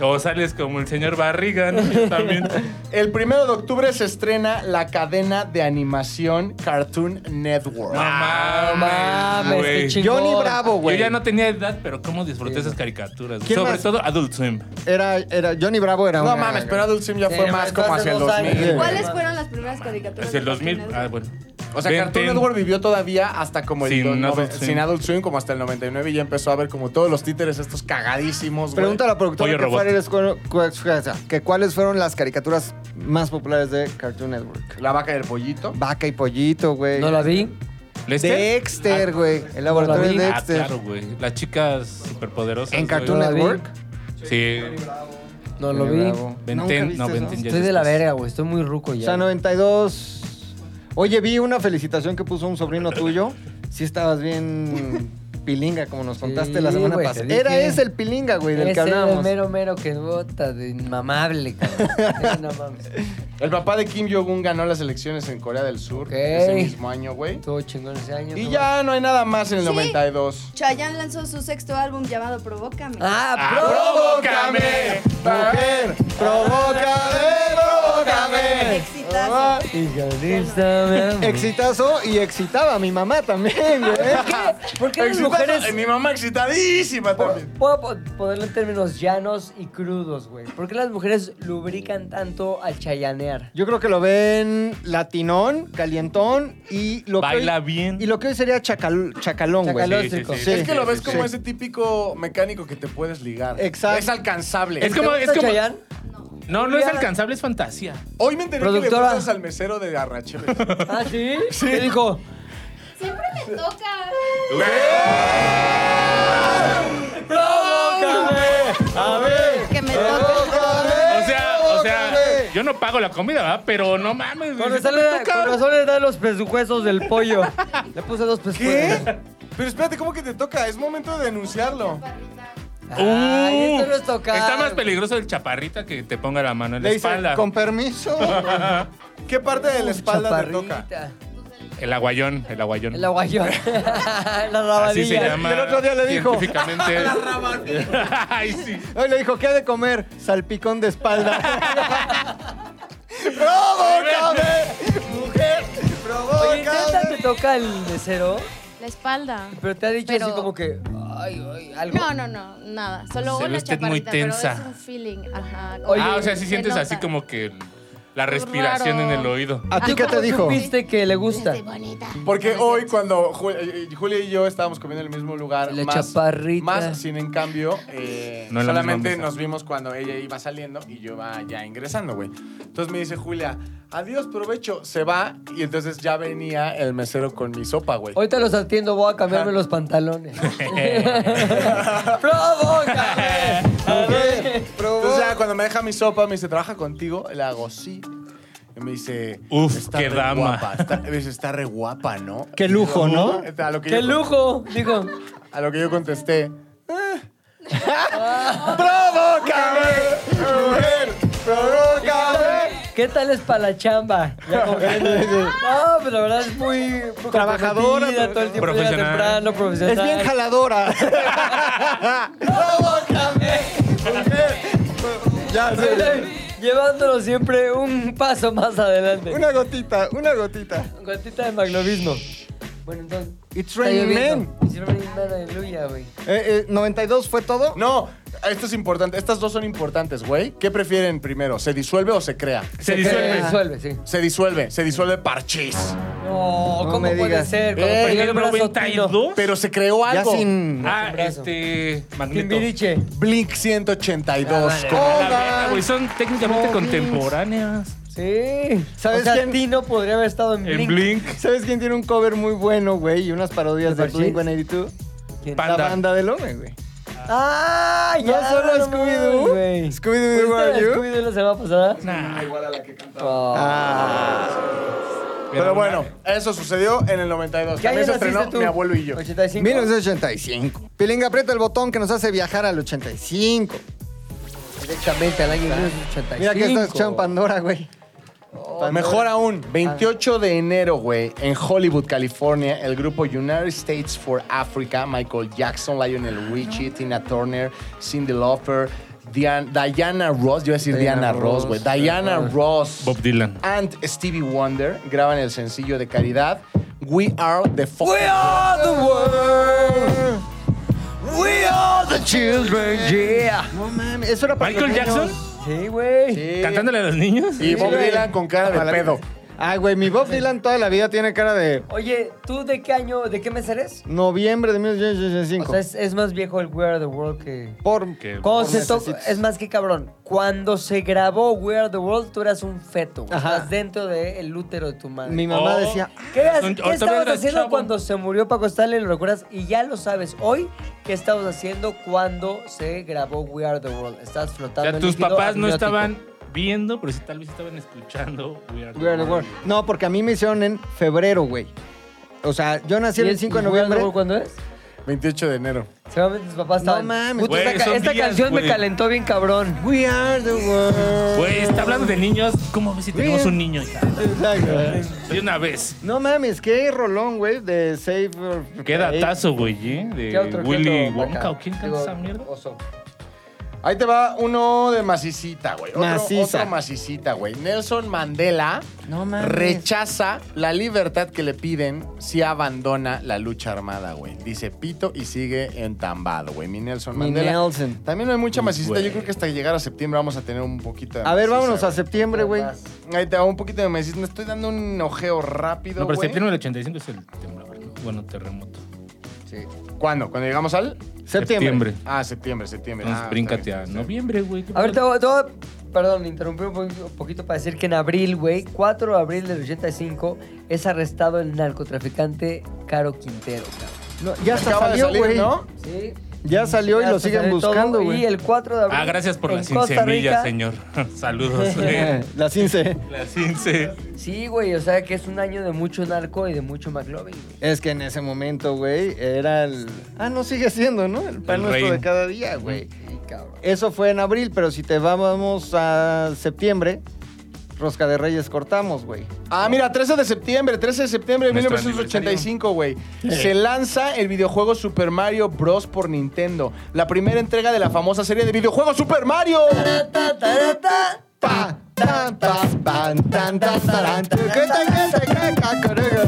o sales como el señor Barrigan yo también. El primero de octubre se estrena la cadena de animación Cartoon Network. No Ah, mames, mames, Ah, güey. qué chingón. Johnny Bravo, Yo güey. ya no tenía edad, pero cómo disfruté esas caricaturas. güey. ¿Quién Sobre más? todo Adult Swim. Era, era, Johnny Bravo era No una- mames, pero Adult Swim ya Sí, fue no, más fue como hace hacia el dos 2000. años. güey. ¿Cuáles fueron las primeras caricaturas? Desde el de 2000. Cartoon Ah, Network? bueno. O sea, Ben Cartoon 10. Network vivió todavía hasta como el Sin do- Adult noven- Swim. sin Adult Swim, como hasta el 99, y ya empezó a ver como todos los títeres estos cagadísimos. güey. Pregunta a la productora Oye, que, robot. cuáles fueron- cu- que cuáles fueron las caricaturas más populares de Cartoon Network. La vaca y el pollito. Vaca y pollito, güey. No la vi. ¿Lester? Dexter, güey. El No la laboratorio vi. de Ah, Dexter. claro, güey. Las chicas superpoderosas. En güey. Cartoon No la vi. Network. Sí. No lo Johnny vi. Bravo. ¿Nunca Venten, viste no, eso? Venten ya Estoy de la después. verga, güey. Estoy muy ruco O ya. sea, 92. Oye, vi una felicitación que puso un sobrino tuyo. Sí estabas bien pilinga, como nos contaste la Sí, semana güey, te pasada. dije. Era ese el pilinga, güey, del Ese que era el hablábamos. mero mero que bota de inmamable, cabrón. Ese no mames. El papá de Kim Jong-un ganó las elecciones en Corea del Sur Ok. ese mismo año, güey. Estuvo chingón ese año. Y no ya no hay nada más en el Sí. ah. 92. Chayanne lanzó su sexto álbum llamado Provócame. Ah, ¡Provócame! ¡Mujer! ¡Provócame! ¡Provócame! Ah. Exitazo. Exitazo. Exitazo y excitaba a mi mamá también, güey. ¿Por qué las Excitazo. mujeres Ay, Mi mamá excitadísima también. Puedo po- ponerlo en términos llanos y crudos, güey. ¿Por qué las mujeres lubrican tanto al chayanear? Yo creo que lo ven latinón, calientón y lo Baila que hoy, bien. Y lo que hoy sería chacal- chacalón, güey. Chacalón. Chacalóstrico. Sí, sí, sí. Es que lo ves como sí. ese típico mecánico que te puedes ligar. Exacto. Es alcanzable. Es como, ¿Te es gusta como. Chayanne? No, no es alcanzable, es fantasía. Hoy me enteré que le Productora. gustas al mesero de Arrachero. ¿Ah, sí? ¿Qué dijo? Siempre me toca. Que me toca. O sea, o sea, yo no pago la comida, ¿verdad? Pero no mames, güey. Con si razón, te le, toca- con razón le da los presupuestos del pollo. Le puse dos ¿Qué? presupuestos. Pero espérate, ¿cómo que te toca? Es momento de denunciarlo. Ay, esto no es tocar. uh, Está más peligroso el chaparrita que te ponga la mano en la Le dice, espalda. con permiso. ¿Qué parte de la espalda te toca? Chaparrita. El aguayón, el aguayón. El aguayón. La Así se rabadilla. llama. Y el otro día le dijo. Científicamente. Ay, sí. Hoy le dijo, ¿qué ha de comer? Salpicón de espalda. ¡Provócame! ¡Mujer! Oye, ¿neta ¡Provócame! te toca el mesero? La espalda. Pero te ha dicho Pero- así como que... Ay, ay, algo. No, no, no, nada. Solo Se ve una usted chaparrita, muy tensa. pero es un feeling. Ajá. Oye, ah, o sea, si se sientes nota. así como que el- la respiración Raro. en el oído. ¿A ti ¿Tú qué te cómo dijo? supiste que le gusta? Este, bonita. Porque hoy cuando Ju- eh, Julia y yo estábamos comiendo en el mismo lugar, La más, chaparrita. más sin en cambio, eh, No en la solamente misma mesa. nos vimos cuando ella iba saliendo y yo iba ya ingresando, güey. Entonces me dice Julia, adiós, provecho, se va y entonces ya venía el mesero con mi sopa, güey. Ahorita los atiendo, voy a cambiarme los pantalones. ¡Provócame! A ver. Entonces ya cuando me deja mi sopa, me dice, ¿trabaja contigo? Le hago, sí. Y me dice, Uf, qué re dama. guapa, está- me dice, está re guapa, ¿no? Qué lujo, ¿no? A lo que ¡Qué yo- lujo! Digo, A lo que yo contesté. ¡Provócame! ¡Mujer! ¡Provócame! ¿Qué tal es para la chamba? Ya como que- No, pero la verdad es muy... muy Trabajadora, comprometida, todo el tiempo llega profesional. temprano, profesional. Es bien jaladora. ¡Provócame! ¡Mujer! Ya sé. Llevándolo siempre un paso más adelante. una gotita, una gotita. Gotita de maglovismo. Bueno, entonces... It's está raining lloviendo. men. It's raining men, aleluya, güey. Eh, eh, ¿92 fue todo? No, esto es importante. Estas dos son importantes, güey. ¿Qué prefieren primero? ¿Se disuelve o se crea? Se Se disuelve. disuelve, sí. Se disuelve, se disuelve parchís. No, No ¿cómo me puede digas. ser? Cuando En perdió el el brazo Tino. 92. Pero se creó Ya algo. sin. Ah, brazo. este. Magneto. Timbiriche. Blink 182. Ah, vale, con- A la Hogan, verga, güey, Son técnicamente Smokings. contemporáneas. Sí. ¿Sabes o sea, quién? Tino podría haber estado en, En Blink. Blink. ¿Sabes quién tiene un cover muy bueno, güey? Y unas parodias ¿De de Parchís? Blink 182. ¿Quién? Panda. La banda del hombre, güey. ¡Ah! No mames, solo Scooby-Doo. güey. Scooby-Doo, ¿Fuiste a where are you? Scooby-Doo la semana pasada? Nah. Oh. Ah. Pero bueno, eso sucedió en el 92. ¿Qué año Ah, También se naciste estrenó tú? mi abuelo y yo. 85. 1985. Pilinga, aprieta el botón que nos hace viajar al 85. Directamente al año 1985. Mira que estás echando Pandora, güey. Pandora. Oh, Mejor aún, 28 de enero, güey, en Hollywood, California, el grupo United States for Africa, Michael Jackson, Lionel Richie, Tina Turner, Cindy Lauper, Dian- Diana Ross, yo iba a decir Diana Diana, Ross, Ross, güey, Diana Ross. Bob Dylan. And Stevie Wonder graban el sencillo de caridad We Are the Fucking We are the world. We are the children, yeah. No mames, eso era para Michael los niños. Jackson Sí, güey. Sí. cantándole a los niños. Y Bob güey. Dylan con cara de Ojalá. pedo. Ay, güey, mi Bob Dylan toda la vida tiene cara de Oye, ¿tú de qué año, de qué mes eres? noviembre de O 1985. sea, es, es más viejo el We Are the World que. por Que- Cuando por se to- necesitas. Es más que cabrón. Cuando se grabó We Are the World, tú eras un feto. güey. Ajá. Estás dentro del útero de tu madre. Mi mamá Oh. decía, ¿Qué, eras- Ahorita qué estabas verás, haciendo chavo. cuando se murió Paco Stanley? ¿Lo recuerdas? Y ya lo sabes. Hoy, ¿qué estabas haciendo cuando se grabó We Are the World? Estás O flotando. sea, en tus líquido papás no amniótico. estaban viendo, pero sí tal vez estaban escuchando. We Are the We are the world. No, porque a mí me hicieron en febrero, güey. O sea, yo nací ¿Y el es- 5 de y We Are the noviembre. World cuándo es? 28 de enero. Seguramente tus papás No estaban. mames. Puta, Güey, esta ca- son esta días, canción me güey. calentó bien cabrón. We are the world. Güey, está hablando de niños. ¿Cómo ves si tenemos Güey. un niño? hija? Exacto. De una vez. No mames, qué rolón, güey, de Save. Our- Qué datazo, güey, ¿eh? ¿Qué De otro? ¿Qué Willy otro, Wonka. Maca? ¿O quién canta Digo, esa mierda? oso. Ahí te va uno de macicita, güey. Otro, Maciza. otro macicita, güey. Nelson Mandela No mames. rechaza la libertad que le piden si abandona la lucha armada, güey. Dice pito y sigue entambado, güey. Mi Nelson Mi Mandela. Nelson. También hay mucha macicita. Güey. Yo creo que hasta llegar a septiembre vamos a tener un poquito de A ver, maciza, vámonos a güey. septiembre, güey. Además. Ahí te va un poquito de macicita. Me estoy dando un ojeo rápido, No, pero güey. septiembre del 85 es el temblor. ¿no? Bueno, terremoto. Sí. ¿Cuándo? ¿Cuando llegamos al...? Septiembre. Ah, septiembre, septiembre. Entonces, Ah, bríncate está bien, a está bien. noviembre, güey. A ver, te voy- te voy a- perdón, interrumpí un poquito, poquito para decir que en abril, güey, 4 de abril del 85, es arrestado el narcotraficante Caro Quintero, cabrón. No, ya hasta Acaba de salió, salir, güey. ¿no? Sí. Ya salió y Ya lo se siguen sabe todo, buscando, Y güey. el 4 de abril. Ah, gracias por en las sin Costa semillas, Rica. señor. Saludos. eh. güey. La cince. Las sin se- Sí, güey, o sea que es un año de mucho narco y de mucho McLovin, güey. Es que en ese momento, güey, era el. Ah, no sigue siendo, ¿no? El pan El nuestro rey. de cada día, güey. Sí, cabrón. Eso fue en abril, pero si te vamos a septiembre, Rosca de Reyes cortamos, güey. Ah, mira, 13 de septiembre, 13 de septiembre de Nuestro 1985, güey. Se lanza el videojuego Super Mario Bros. por Nintendo. La primera entrega de la famosa serie de videojuegos Super Mario. Ta, ta, ta. Pa, tan, pa, pan, tan, tan, tarán, tu, que, tan, que, tan, que, ca, corega.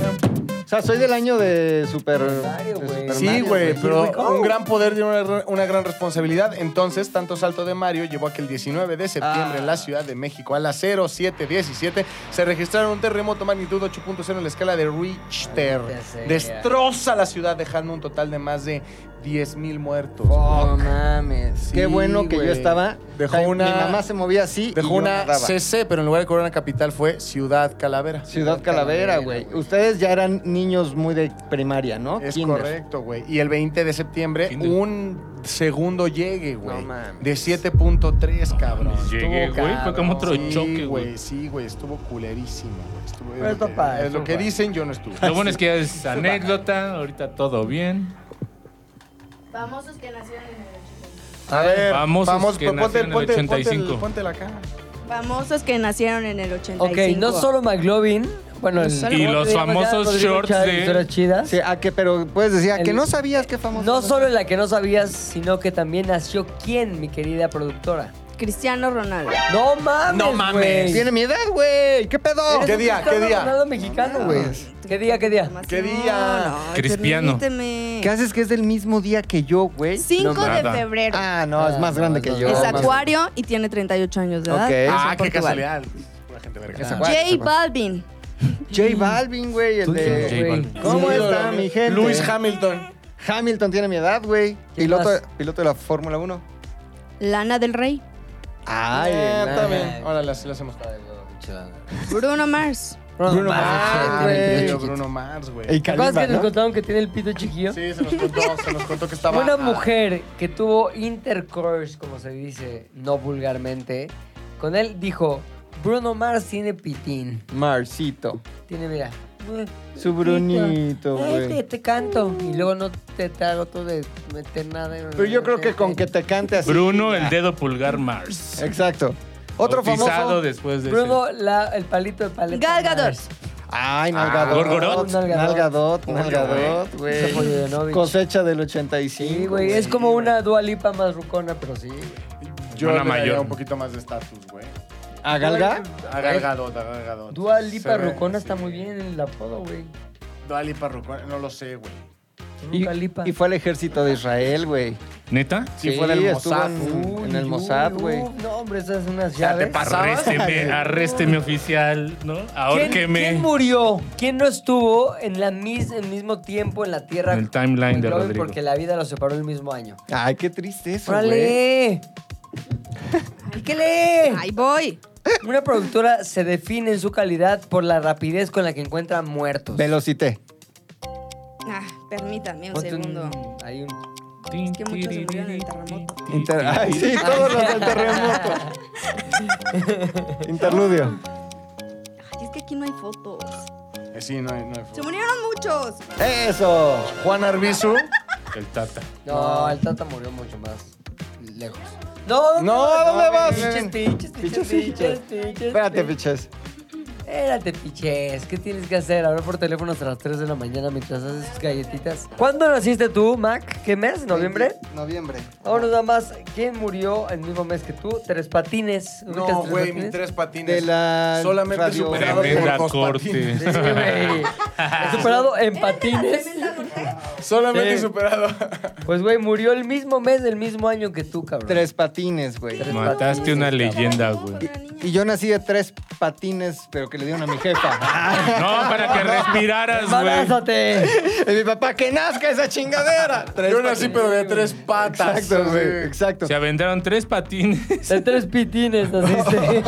O sea, soy del año de Super. Mario, de güey. Super Sí, Mario, güey, Here we pero go. un gran poder de una, una gran responsabilidad. Entonces, tanto salto de Mario llevó a que el 19 de septiembre Ah. en la Ciudad de México, a las 0717, se registraron un terremoto magnitud 8.0 en la escala de Richter. Maldita sea. Destroza la ciudad, dejando un total de más de 10.000 muertos. No mames. Qué Sí, bueno que güey. yo estaba. Dejó Mi una- mamá se movía así. y Dejó yo una nadaba. CC, pero en lugar de Corona Capital fue Ciudad Calavera. Ciudad Calavera, güey. Ustedes ya eran niños muy de primaria, ¿no? Es Kinder. correcto, güey. Y el 20 de septiembre, Kinder. un segundo llegue, güey. No mames. de 7.3, cabrón. mames, llegué, Estuvo güey, fue como otro cabrón. choque, güey. Sí, güey, estuvo culerísimo. güey. Estuvo- Pero es lo es que- papá, es es lo que papá. dicen, yo no estuve. Lo bueno es que ya es anécdota, ahorita todo bien. Famosos que nacieron en el 85. A ver, Famosos vamos, que pon- ponte, nacieron en el ponte, ponte, 85. el- ponte la cara. Famosos que nacieron en el 85. Ok, no solo McLovin. Bueno, el- solo- Y los digamos, ya famosos Rodrigo shorts Chávez, historias de... chidas. Sí, ah, que, pero puedes decir, ah, que El- no sabías qué famoso. No solo en la que no sabías, sino que también nació quién, mi querida productora. Cristiano Ronaldo. No mames. No mames. güey. Tiene mi edad, güey. ¿Qué pedo? Eres ¿Qué un día? ¿Qué Cristiano día? Ronaldo mexicano, güey. ¿Qué día? ¿Qué día? Demasiado. ¿Qué día? No, ay, Cristiano. permíteme. ¿Qué haces que es del mismo día que yo, güey? 5 No, de nada. febrero. Ah, no, es más grande que yo. es más- acuario y tiene 38 años de edad. Ok. Es de Ah, qué Portugal. casualidad. Pura gente verga. Ah. J Balvin. J Balvin, güey, el Tú, de... J Balvin. güey. ¿Cómo Sí, está lo- mi gente? Lewis Hamilton. Hamilton tiene mi edad, güey. ¿Quién Piloto, más? piloto de la Fórmula 1. Lana del Rey. Ay, Eh, nada. está bien. Órale, así lo hacemos para Bruno Mars. Bruno Mars, Mars, güey, tiene el güey. pito chiquito. Ah, Bruno Mars, Y güey. ¿Te acuerdas Kalimba, que nos ¿no? contaron que tiene el pito chiquillo? Sí, se nos contó, se nos contó que estaba... Una mujer que tuvo intercourse, como se dice no vulgarmente, con él dijo, Bruno Mars tiene pitín. Marcito. Tiene, mira. Su Brunito, Ay, te, güey. te canto. Y luego no te trago todo de meter nada. en- Pero yo creo que con que te cante así. Bruno, el dedo pulgar Mars. Exacto. Otro Bautizado famoso. después de Bruno, la- el palito de paleta. Gal Gadot. Mars. Ay, Nalgadot. Gorgorot. Nalgadot, Oye, Nalgadot, Ese pollo de güey. Novich. Cosecha del Sí, 85. güey. Es como una dualipa más rucona, pero sí. ese. Yo Una le daría mayor. un poquito más de estatus, güey. ¿A Galga? Agargadot, agargadot. Dualipa Se ve, rucona sí. está muy bien en el apodo, güey. Dua Lipa rucona, no lo sé, güey. Y, Dua Lipa. y fue al ejército de Israel, güey. ¿Neta? Sí, fue del estuvo Mossad. En, Uy, en el uy, Mossad, uy, güey. No, hombre, esas son unas sea, te llaves. pasó. ¿Pasabas? Arrésteme, arrésteme oficial, ¿no? ¿Quién, Ahórqueme. quién murió? ¿Quién no estuvo en la mis, el mismo tiempo en la Tierra? En el timeline de Globo, Rodrigo. Porque la vida los separó el mismo año. Ay, qué triste eso, güey. ¡Órale! ¡Píquele! Ahí voy. Una productora se define en su calidad por la rapidez con la que encuentra muertos. Velocité. Ah, permítanme un Ponte un- segundo. hay un- Es que muchos se murieron en el terremoto. Inter- Ay, sí, todos los del terremoto. Interludio. Ay, es que aquí no hay fotos. Eh, Sí, no hay, no hay Se murieron muchos. Eso. Juan Arbizu. El Tata. No, el Tata murió mucho más lejos. No, No, ¿dónde vas? Piches, piches, piches, Piches, piches, piches. piches. Espérate, piches. Espérate, piches. ¿Qué tienes que hacer? Hablar por teléfono hasta las 3 de la mañana mientras haces tus galletitas. ¿Cuándo naciste tú, Mac? ¿Qué mes? ¿Noviembre? Noviembre. Vámonos nada más. ¿Quién murió el mismo mes que tú? Tres patines. ¿Ubicas No, Tres güey, mi Patines? tres patines. De la Solamente radio- superado Tremenda por dos corte. patines. Sí, güey. He superado en patines. Solamente Sí. superado. Pues, güey, murió el mismo mes del mismo año que tú, cabrón. Tres patines, güey. Tres Mataste una leyenda, Cuando güey. era niña. Y yo nací de tres patines, pero que le dieron a mi jefa. No, para que respiraras, güey. ¡Embarázate! y mi papá, que nazca esa chingadera. Tres Yo nací, pero de tres patas. Exacto, güey. Sí. Exacto. Se aventaron tres patines. De tres pitines naciste.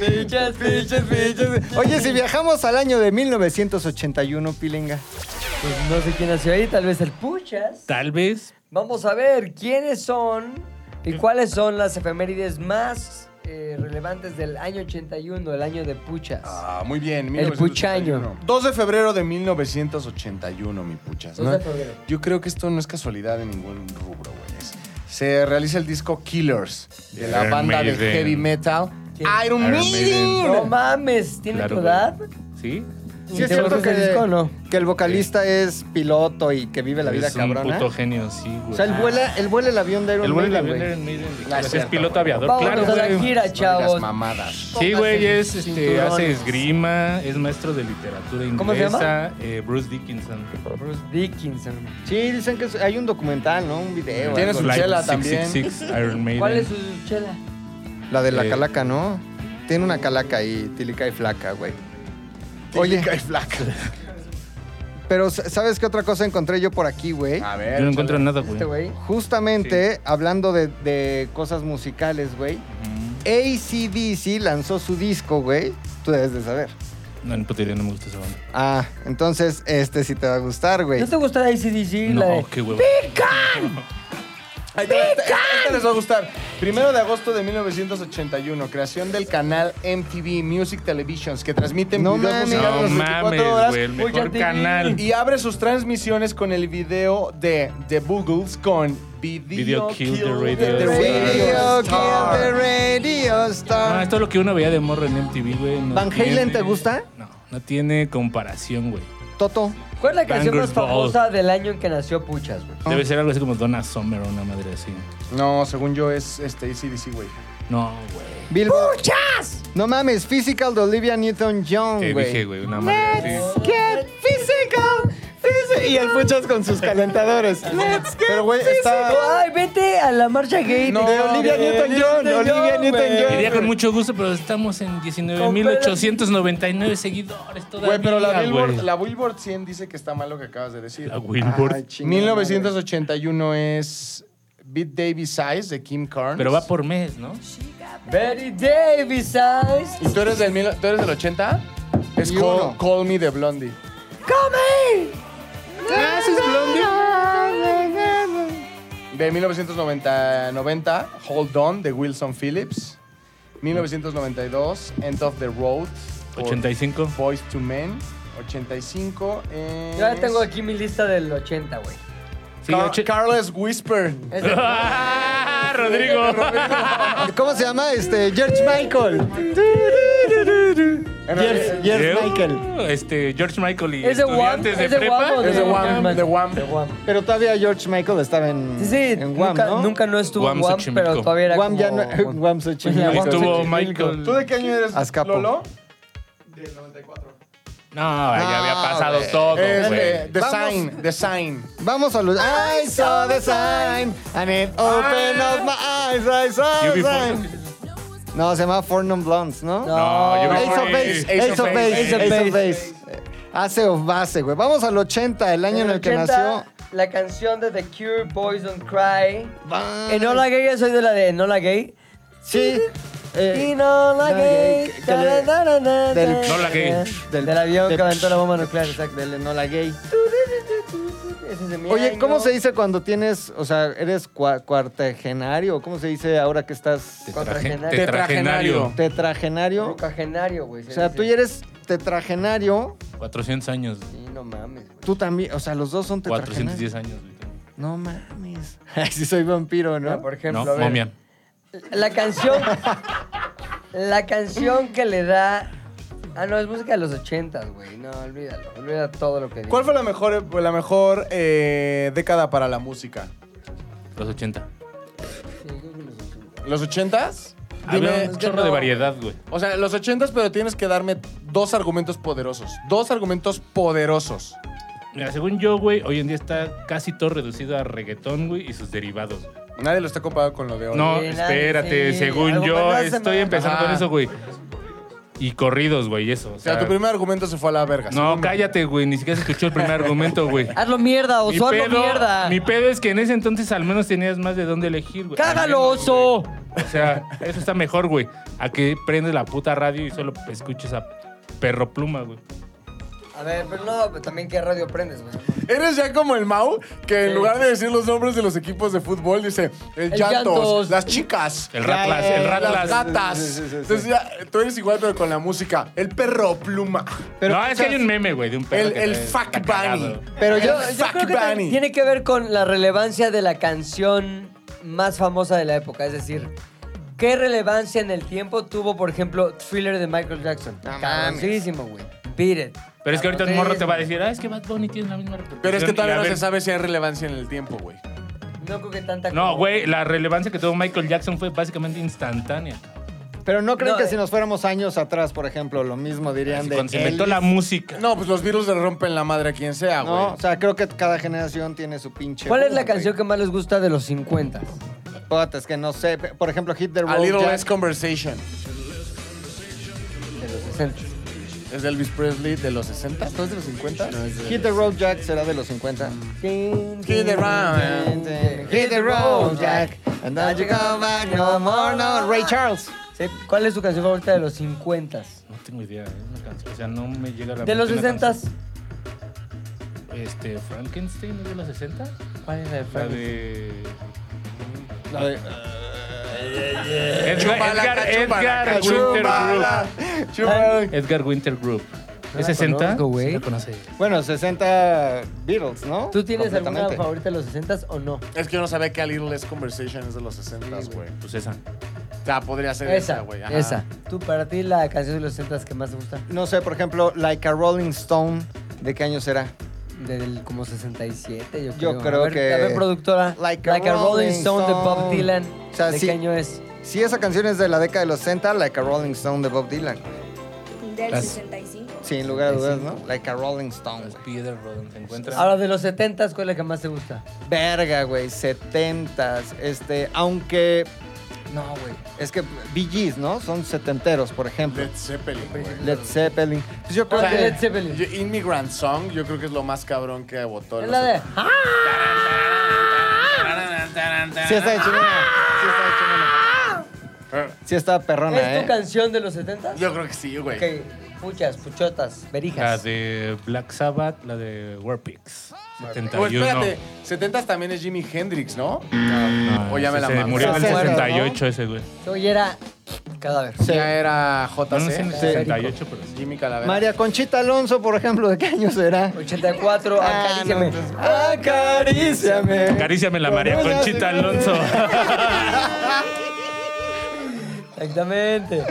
Piches, piches, piches. Oye, si viajamos al año de 1981, Pilinga. Pues no sé quién nació ahí, tal vez el Puchas. Tal vez. Vamos a ver quiénes son y cuáles son las efemérides más eh, relevantes del año 81, el año de Puchas. Ah, muy bien. El puchaño. 2 de febrero de 1981, mi puchas. 2 ¿no? de febrero. Yo creo que esto no es casualidad de ningún rubro, güey. Es- Se realiza el disco Killers, de la Iron banda de Maiden. heavy metal. ¿Quién? Iron, Iron Maiden. Maiden. No mames, ¿tiene Claro, tu güey. edad? ¿Sí? Sí, es ¿Te cierto gusta ese que, disco o no? que el vocalista es piloto y que vive la vida es un cabrona. puto genio, sí, güey. O sea, él vuela, él vuela el avión de Iron El vuelo de Maiden, avión güey. Iron Maiden. No es Pues Es cierto, piloto güey. aviador, Vámonos claro, a la güey. gira, No chavos. digas mamadas. Sí, güey, es, Pónganse este, hace cinturones. esgrima, es maestro de literatura inglesa. ¿Cómo se llama? Eh, Bruce Dickinson. Bruce Dickinson. Sí, dicen que es- hay un documental, ¿no? Un video. Tiene algo. su- chela también. 666 Iron Maiden. ¿Cuál es su chela? La de la Eh. calaca, ¿no? Tiene una calaca ahí, tílica y flaca, güey. Oye, Cae flaca. pero s- ¿sabes qué otra cosa encontré yo por aquí, güey? A ver. Yo no encuentro échale. nada, Este güey. güey. Justamente hablando de, de cosas musicales, güey. Mm, ACDC lanzó su disco, güey. Tú debes de saber. No, en puta idea, no me gusta esa banda. Ah, entonces este sí te va a gustar, güey. ¿No te gusta oh, ACDC? La de... No, qué huevo. Ahí te va, esta- esta este, les va a gustar. Primero de agosto de 1981, creación del canal MTV Music Televisions, que transmiten No mames. videos musicales No las 24 mames, horas. güey, el mejor Mucha canal. Y abre sus transmisiones con el video de The Boogles con Video, Video Kill the Radio Radio Radio Star. Kill the Radio No, Star. esto es lo que uno veía de morro en MTV, güey. no ¿Van Halen tiene- te gusta? No, no tiene comparación, güey. Toto. ¿Cuál es la canción Bangers más famosa del año en que nació Puchas, güey? Debe ser algo así como Donna Summer o una madre así. No, según yo es este ACDC, güey. No, güey. Billboard. No mames, Physical de Olivia Newton-John, Te güey. dije, güey, una madre así. Get physical, physical. Y el Puchas con sus calentadores. Let's get Pero, güey, está... Ay, vete a la marcha gay. No, de Olivia Newton-John, Olivia Newton-John. Diría con mucho gusto, pero estamos en 19.899 seguidores todavía. Güey, pero la Billboard, güey. la Billboard 100 dice que está mal lo que acabas de decir. La Billboard. Ay, chingada, 1981 es Beat Davy Size de Kim Carnes. pero va por mes, ¿no? Betty Davis, ¿sabes? ¿Y tú eres del, mil- tú eres del 80? Es Y call, uno. Call Me de Blondie. Gracias, Blondie. De 1990, 90, Hold On de Wilson Phillips. 1992, End of the Road. por 85. Boys to Men. 85. es- Yo ya tengo aquí mi lista del 80, güey. Sí, Car- ocho- Careless Whisper. ¡Ah, Rodrigo! güey. ¿Cómo se llama? Este, George Michael. George, En realidad- George Creo, Michael. Este, George Michael y ¿Es de Wham? estudiantes de ¿Es de prepa. Wham o Es de Wham, Wham? de Wham. De Wam. Pero todavía George Michael estaba en, Sí, sí, en Guam, nunca, ¿no? ¿no? nunca no estuvo Guam, en Guam, Xochimilco. pero todavía era Guam como... ya no... Guam Xochimilco. Ahí Guam estuvo Xochimilco. Michael. ¿Tú de qué año eres, Azcapo. Lolo? No, ya había pasado güey. todo, Es Eh, de güey. The Vamos. Sign, The Sign. Vamos a los... I saw the sign and it opened up my eyes. I saw the UB40. sign. No, se llama Four Non Blondes, ¿no? No, yo No, vi Ace por of ahí. Base, Ace of Base, Ace of Base. Hace of base, güey. Vamos al 80, el año en el, que 80, nació. La canción de The Cure, Boys Don't Cry. Va- En Hola Gay, yo soy de la de No La Gay. Sí. Y eh, no la la gay. gay, que le- ta, ta, ta, ta, del- ta. No la gay. Del, Del- avión de- que aventó la bomba nuclear, exacto. del Enola Gay. Ese es de mi Oye, año. ¿cómo se dice cuando tienes, o sea, eres cua- cuartegenario? ¿Cómo se dice ahora que estás Tetragenario. Tetragen- Tetragenario. tetragenario? Rucagenario, güey. O sea, tú ya eres tetragenario, 400 años. Sí, no mames, güey. tú también, o sea, los dos son tetragenarios. 410 años. güey. No mames. Ay, sí soy vampiro, Mira, ¿no? Por ejemplo, No, a ver, momia. La canción. la canción que le da. Ah, no, es música de los ochentas, güey. No, olvídalo. Olvida todo lo que digo. ¿Cuál fue la mejor, la mejor eh, década para la música? Los 80. ¿Los 80s? Había Dime, un chorro de variedad, güey. o sea, los 80s, pero tienes que darme dos argumentos poderosos. Dos argumentos poderosos. Mira, según yo, güey, hoy en día está casi todo reducido a reggaetón, güey, y sus derivados. Nadie lo está comparado con lo de hoy. No, Sí, espérate, sí, según algo pues, yo, más, estoy empezando Ajá. con eso, güey. Y corridos, güey, eso. O O sea, sea, tu primer argumento se fue a la verga. No, cállate, güey, ni siquiera se escuchó el primer argumento, güey. Hazlo mierda, oso, hazlo Ah, mierda. mi pedo es que en ese entonces al menos tenías más de dónde elegir, güey. ¡Cágalo, Al menos, güey. oso! O sea, eso está mejor, güey, a que prendes la puta radio y solo escuches a perro pluma, güey. A ver, pero no, pero también qué radio prendes, güey. Eres ya como el Mau, que Sí. en lugar de decir los nombres de los equipos de fútbol, dice el, El llantos, Llantos. las chicas, El Ratlas, eh, el las Ratlas. gatas. Sí, sí, sí, sí. Entonces ya, tú eres igual, pero con la música. El perro pluma. no, es que hay un meme, güey, de un perro. El, que el está- fuck está cagado. bunny. Pero El yo- Yo fuck creo que también bunny. tiene que ver con la relevancia de la canción más famosa de la época. Es decir, ¿qué relevancia en el tiempo tuvo, por ejemplo, Thriller de Michael Jackson? mames. Cabroncísimo, güey. Beat it. Pero es que ahorita el morro te va a Cabroncísimo. decir, ah, es que Bad Bunny tiene la misma repercusión. Pero es que Y a todavía no ver, se sabe si hay relevancia en el tiempo, güey. No creo que tanta... No, güey, la relevancia que tuvo Michael Jackson fue básicamente instantánea. Pero no creen No, que eh. si nos fuéramos años atrás, por ejemplo, lo mismo dirían de Cuando se inventó Elvis. la música. No, pues los virus le rompen la madre a quien sea, güey. No, o sea, creo que cada generación tiene su pinche. ¿Cuál es la boom, canción que más les gusta de los 50? güey. Puta, es que no sé. Por ejemplo, Hit the a Road. Little Jack. Less Conversation. De los 60. Es de Elvis Presley de los 60, ¿no es de Mm. los 50? Hit the Road Jack será de los 50. Hit the Tin, round. tin, Hit the Road Jack. And don't you go back no more, no. Ray Charles. Sí, ¿Cuál es su canción favorita de los 50? No tengo idea, es una canción. O sea, no me llega a la De los mente una 60. canción. Este, Frankenstein es de los 60. Eh, ¿Cuál es la de La Frank? de. La de- Edgar, Edgar, Edgar Winter Chumbala, Group. chumbala. Edgar Winter Group. ¿Es 60? conozco, güey. Sí la conoce. Bueno, 60 Beatles, ¿no? ¿Tú tienes alguna Completamente. favorita de los 60 o no? Es que yo no sabía que a Little Less Conversation es de los 60, güey. Pues esa. O sea, podría ser esa, Esa, güey. ajá. esa. ¿Tú para ti la canción de los 60 que más te gusta? No sé, por ejemplo, Like a Rolling Stone, ¿de qué año será? Del como 67, yo creo. Yo creo a ver, que- A ver, productora. Like a Rolling Stone de Bob Stone. Dylan. O sea, ¿De sí. qué año es? Si esa canción es de la década de los 60, Like a Rolling Stone de Bob Dylan. Del Las- 65. Sin lugar a dudas, ¿no? Like a Rolling Stone. Las güey. piedras donde se encuentran. Ahora, de los 70, ¿cuál es la que más te gusta? Verga, güey, 70s. Este, aunque. No, güey. Es que VGs, ¿no? Son setenteros, por ejemplo. Led Zeppelin, güey. Led Zeppelin. Pues yo creo ¿Cuál de que. Led Zeppelin? Yo- Immigrant Song, yo creo que es lo más cabrón que votó. Es la de... Sí, está de chingona. Sí, está de chingona. Sí, está perrona, ¿Es ¿eh? tu canción de los 70? Yo creo que sí, güey. Ok, puchas, puchotas, Ah, La verijas. de Black Sabbath, la de Warpix. O 71. espérate, 70 también es Jimi Hendrix, ¿no? No, O ya me ese la se mamé. Murió en el 60, ¿no? 68 ese, güey. Hoy era cadáver. Ya era JC. No, no sé en el 68, pero sí. Jimmy Calavera. María Conchita Alonso, por ejemplo, ¿de qué año será? 84, Ah, Ah, acaríciame. Acaríciame. Acaríciame la María Conchita Alonso. Exactamente.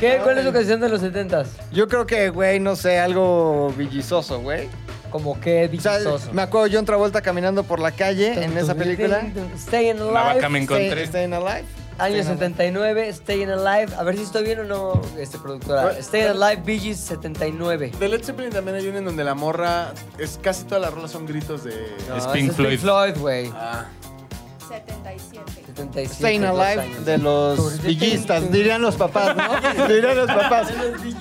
¿Qué? ¿Cuál es tu canción de los 70? Yo creo que, güey, no sé, algo villizoso, güey. Como que O sea, dichoso. me acuerdo John Travolta caminando por la calle en esa película. Stay in La vaca Alive. me encontré. Stay- Staying Alive. Año Staying Alive. 79, Stay in Alive. A ver si estoy bien o no, este productora. Bueno, Stay in Alive, Bee Gees 79. De Led Zeppelin también hay una en donde la morra. Es casi todas las rolas son gritos de. No, Es ese Pink Floyd. Pink Floyd, güey. Ah. 77. 77. Staying dos Alive años. de los villistas, dirían los papás, ¿no? Dirían los papás.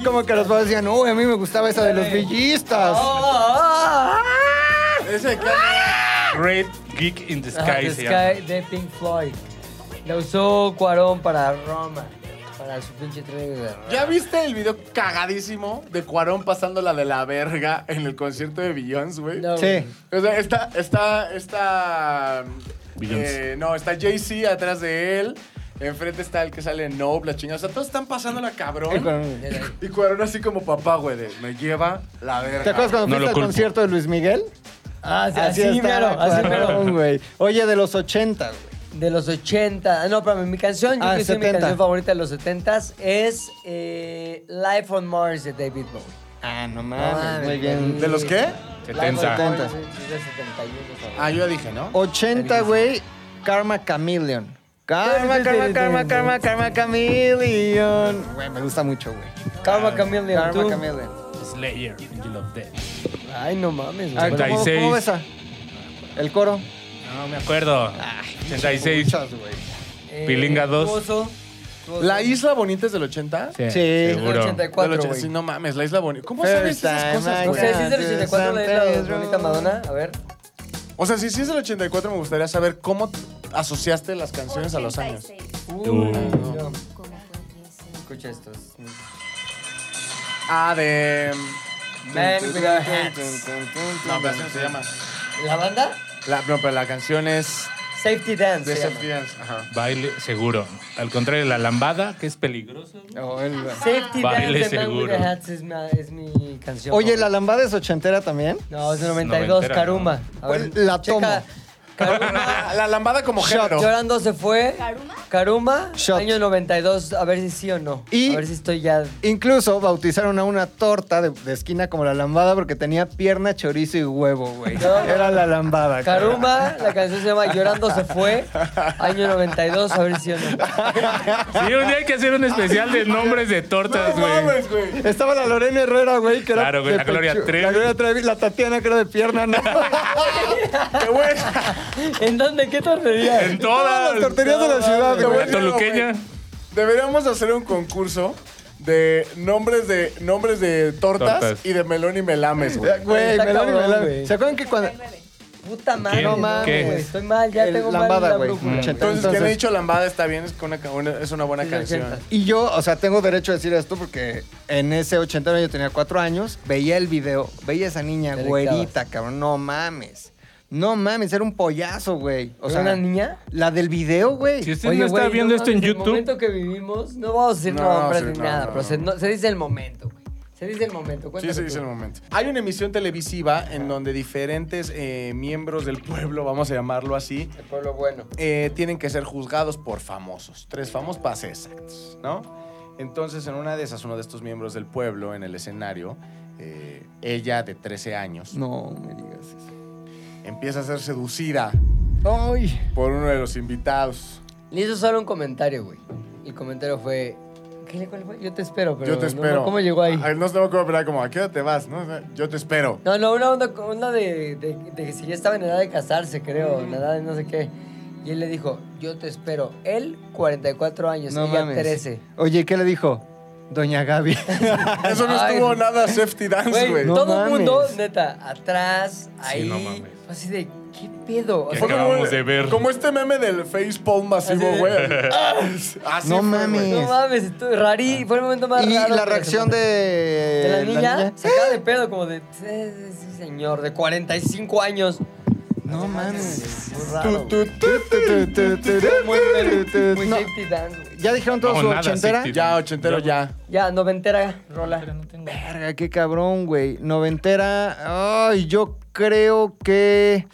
Como que los papás decían, uy, a mí me gustaba esa de los Oh, villistas. Ah, ah, ah. Ese de Clara. Great Geek in the Sky. Ah, The se llama. Sky de Pink Floyd. La usó Cuarón para Roma. Para su pinche tren de ¿Ya viste el video cagadísimo de Cuarón pasando la de la verga en el concierto de Billions, güey? No, Sí. O sea, está, está, está. Beyoncé. eh, no, está Jay-Z atrás de él. Enfrente está el que sale en Nope, la chingada. O sea, todos están pasando la cabrón. Y Cuarón así como papá, güey, de, me lleva la verga. ¿Te acuerdas cuando No fuiste lo al culpo. concierto de Luis Miguel? Ah, sí, así, mero, estaba así Cuarón, mero. güey. Oye, de los 80, güey. De los 80. ah, No, pero mi canción, yo Ah, creo que sí, mi 70. canción favorita de los 70 es eh, Life on Mars de David Bowie. Ah, no mames, mames, muy güey. bien. ¿De los qué? 70. 70. Es de 71, cabrón. Ah, yo ya dije, ¿no? 80, güey, Karma Chameleon. Karma, karma, karma, karma, karma, chameleon. Güey, me gusta mucho, güey. Karma Chameleon, Karma tú. chameleon. Slayer, Angel of Death. Ay, no mames, Ah, güey. ¿cómo- ¿Cómo, 86. ves a- El coro. No me acuerdo. 86. Muchas, güey. Eh, Pilinga dos. Tuoso, Tuoso. ¿La isla bonita es del 80? Sí, Sí. seguro. 84, Del och- güey. Sí, no mames, la isla bonita. ¿Cómo First sabes esas time cosas, I O güey? sea, si es del Bueno, 84 la isla San Pedro. bonita Madonna, a ver. O sea, si sí es del 84, me gustaría saber cómo t- asociaste las canciones a los años. 86. Uy, no. Escucha esto. Ah, de. Man without hats. No, pero así no se llama. ¿La banda? La- no, pero la canción es. Safety Dance. De se llama. Safety Dance. Ajá. Baile seguro. Al contrario de la lambada, que es peligroso. Oh, el- Safety Baile Dance de Man with seguro. the Hats es, ma- es mi canción. Oye, favorita. ¿la lambada es ochentera también? No, es de 92, Noventera, Karuma. A Pues la checa. Karuma. Ah, la lambada como género. Llorando se fue. ¿Karuma? Karuma, Shot. año 92, a ver si sí o no. Y- A ver si estoy ya... Incluso bautizaron a una torta de, de esquina como la lambada porque tenía pierna, chorizo y huevo, güey. No. Era la lambada. cabrón. Karuma, la canción se llama Llorando se fue, año 92, a ver si sí o no. Sí, un día hay que hacer un especial de nombres de tortas, güey. mames, güey. Estaba la Lorena Herrera, güey, que era. Claro, güey, de la Gloria pecho- Trevi. La Gloria Trevi, la Tatiana, que era de pierna, ¿no? Qué bueno. ¿En dónde? ¿Qué tortería? En Todas las torterías de la ciudad, Qué güey. La bueno, toluqueña. güey. Deberíamos hacer un concurso de nombres de nombres de tortas, Tortas. y de melón y melames, güey. Güey, Está melón y cabrón, melón. güey. ¿Se acuerdan que cuando. 99. Puta madre, ¿Quién? no mames. ¿Qué? güey, Estoy mal, ya El tengo lambada, mal la güey. brújula, güey. Ochenta. Entonces, Entonces- quien ha dicho lambada está bien, es, que una, ca- una- es una buena Sí, canción. 80. Y yo, o sea, tengo derecho a decir esto porque en ese 80 yo tenía cuatro años, veía el video, veía a esa niña Te güerita, cabrón, no mames. No mames, era un pollazo, güey. O sea, ¿Una niña? La del video, güey. Si usted Oye, no está güey, viendo esto en mames, El YouTube, momento que vivimos, no vamos a decir No, nombres sí, ni no, nada, no, pero Se, no. no- se dice el momento, güey. Se dice el momento. Sí, Cuéntame se tú. dice en el momento. Hay una emisión televisiva en donde diferentes eh, miembros del pueblo, vamos a llamarlo así, El pueblo bueno. eh, tienen que ser juzgados por famosos. Tres famosos para ser exactos, ¿no? Entonces, en una de esas, uno de estos miembros del pueblo en el escenario, eh, ella de 13 años, No me digas eso. empieza a ser seducida Ay. por uno de los invitados. Le hizo solo un comentario, güey. El comentario fue... ¿Qué le cuál fue? Yo te espero, pero... Yo te no- espero. ¿Cómo llegó ahí? Ay, no sé cómo esperar, como, ¿a qué hora te vas? No, yo te espero. No, no, una onda, onda de, de- de que si ya estaba en edad de casarse, creo, en edad de no sé qué. Y él le dijo, yo te espero. Él, 44 años, No ella mames. 13. Oye, ¿qué le dijo? Doña Gaby. Eso no Ay, estuvo güey. nada safety dance, Güey, güey. no. todo el mundo, mames. neta, atrás, ahí. no mames. Así de, ¿qué pedo? O ¿Qué sea, Fue como acabamos el- de ver. Como este meme del facepalm masivo, Así de- güey. Ah, así No fue, mames. güey. no mames, estuvo rarí. Fue el momento más y raro. la que- reacción de, de la niña, se acaba de pedo, como de, "Sí, sí, sí, señor, de 45 años. No mames. Muy raro. Tu, tu, tu, tu, tu, tu, tu. Muy, muy, muy No. safety dance, güey. ¿Ya dijeron todo No, su nada, ochentera? safety. Ya, ochentero, ya. Ya, noventera, rola. Verga, qué cabrón, güey. Noventera. Ay, yo creo que.